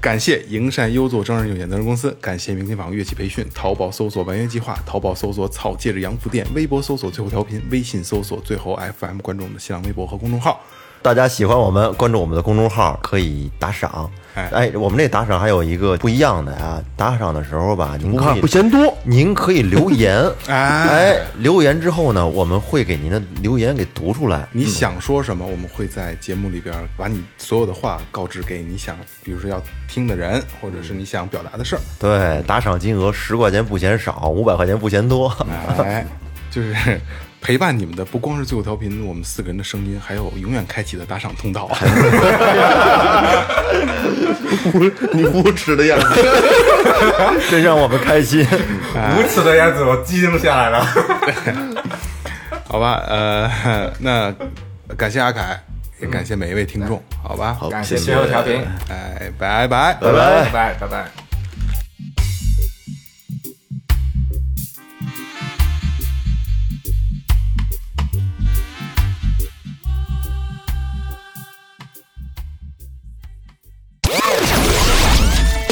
Speaker 3: 感谢营善优作张日用演奏人公司，感谢明天坊乐器培训，淘宝搜索“完约计划”，淘宝搜索“草戒指洋服店”，微博搜索“最后调频”，微信搜索“最后 FM”，关注我们的新浪微博和公众号。
Speaker 1: 大家喜欢我们，关注我们的公众号，可以打赏。
Speaker 3: 哎
Speaker 1: 哎，我们这打赏还有一个不一样的啊，打赏的时候吧，您可以
Speaker 4: 不嫌多，
Speaker 1: 您可以留言。
Speaker 3: 哎
Speaker 1: 哎，留言之后呢，我们会给您的留言给读出来。
Speaker 3: 你想说什么，我们会在节目里边把你所有的话告知给你想，比如说要听的人，或者是
Speaker 1: 嗯
Speaker 3: 你想表达的事儿。
Speaker 1: 对，打赏金额十块钱不嫌少，五百块钱不嫌多。
Speaker 3: 哎， 就是陪伴你们的不光是最后调频，我们四个人的声音，还有永远开启的打赏通道。
Speaker 5: 你无耻的样子，
Speaker 1: 真让我们开心。
Speaker 2: 无耻的样子我记录下来了。
Speaker 3: 好吧，呃， 那感谢阿凯，也感谢每一位听众，好吧，嗯好
Speaker 2: 感谢 最后调频，
Speaker 3: 哎，拜拜，
Speaker 1: 拜
Speaker 3: 拜
Speaker 1: 拜
Speaker 2: 拜。拜拜拜。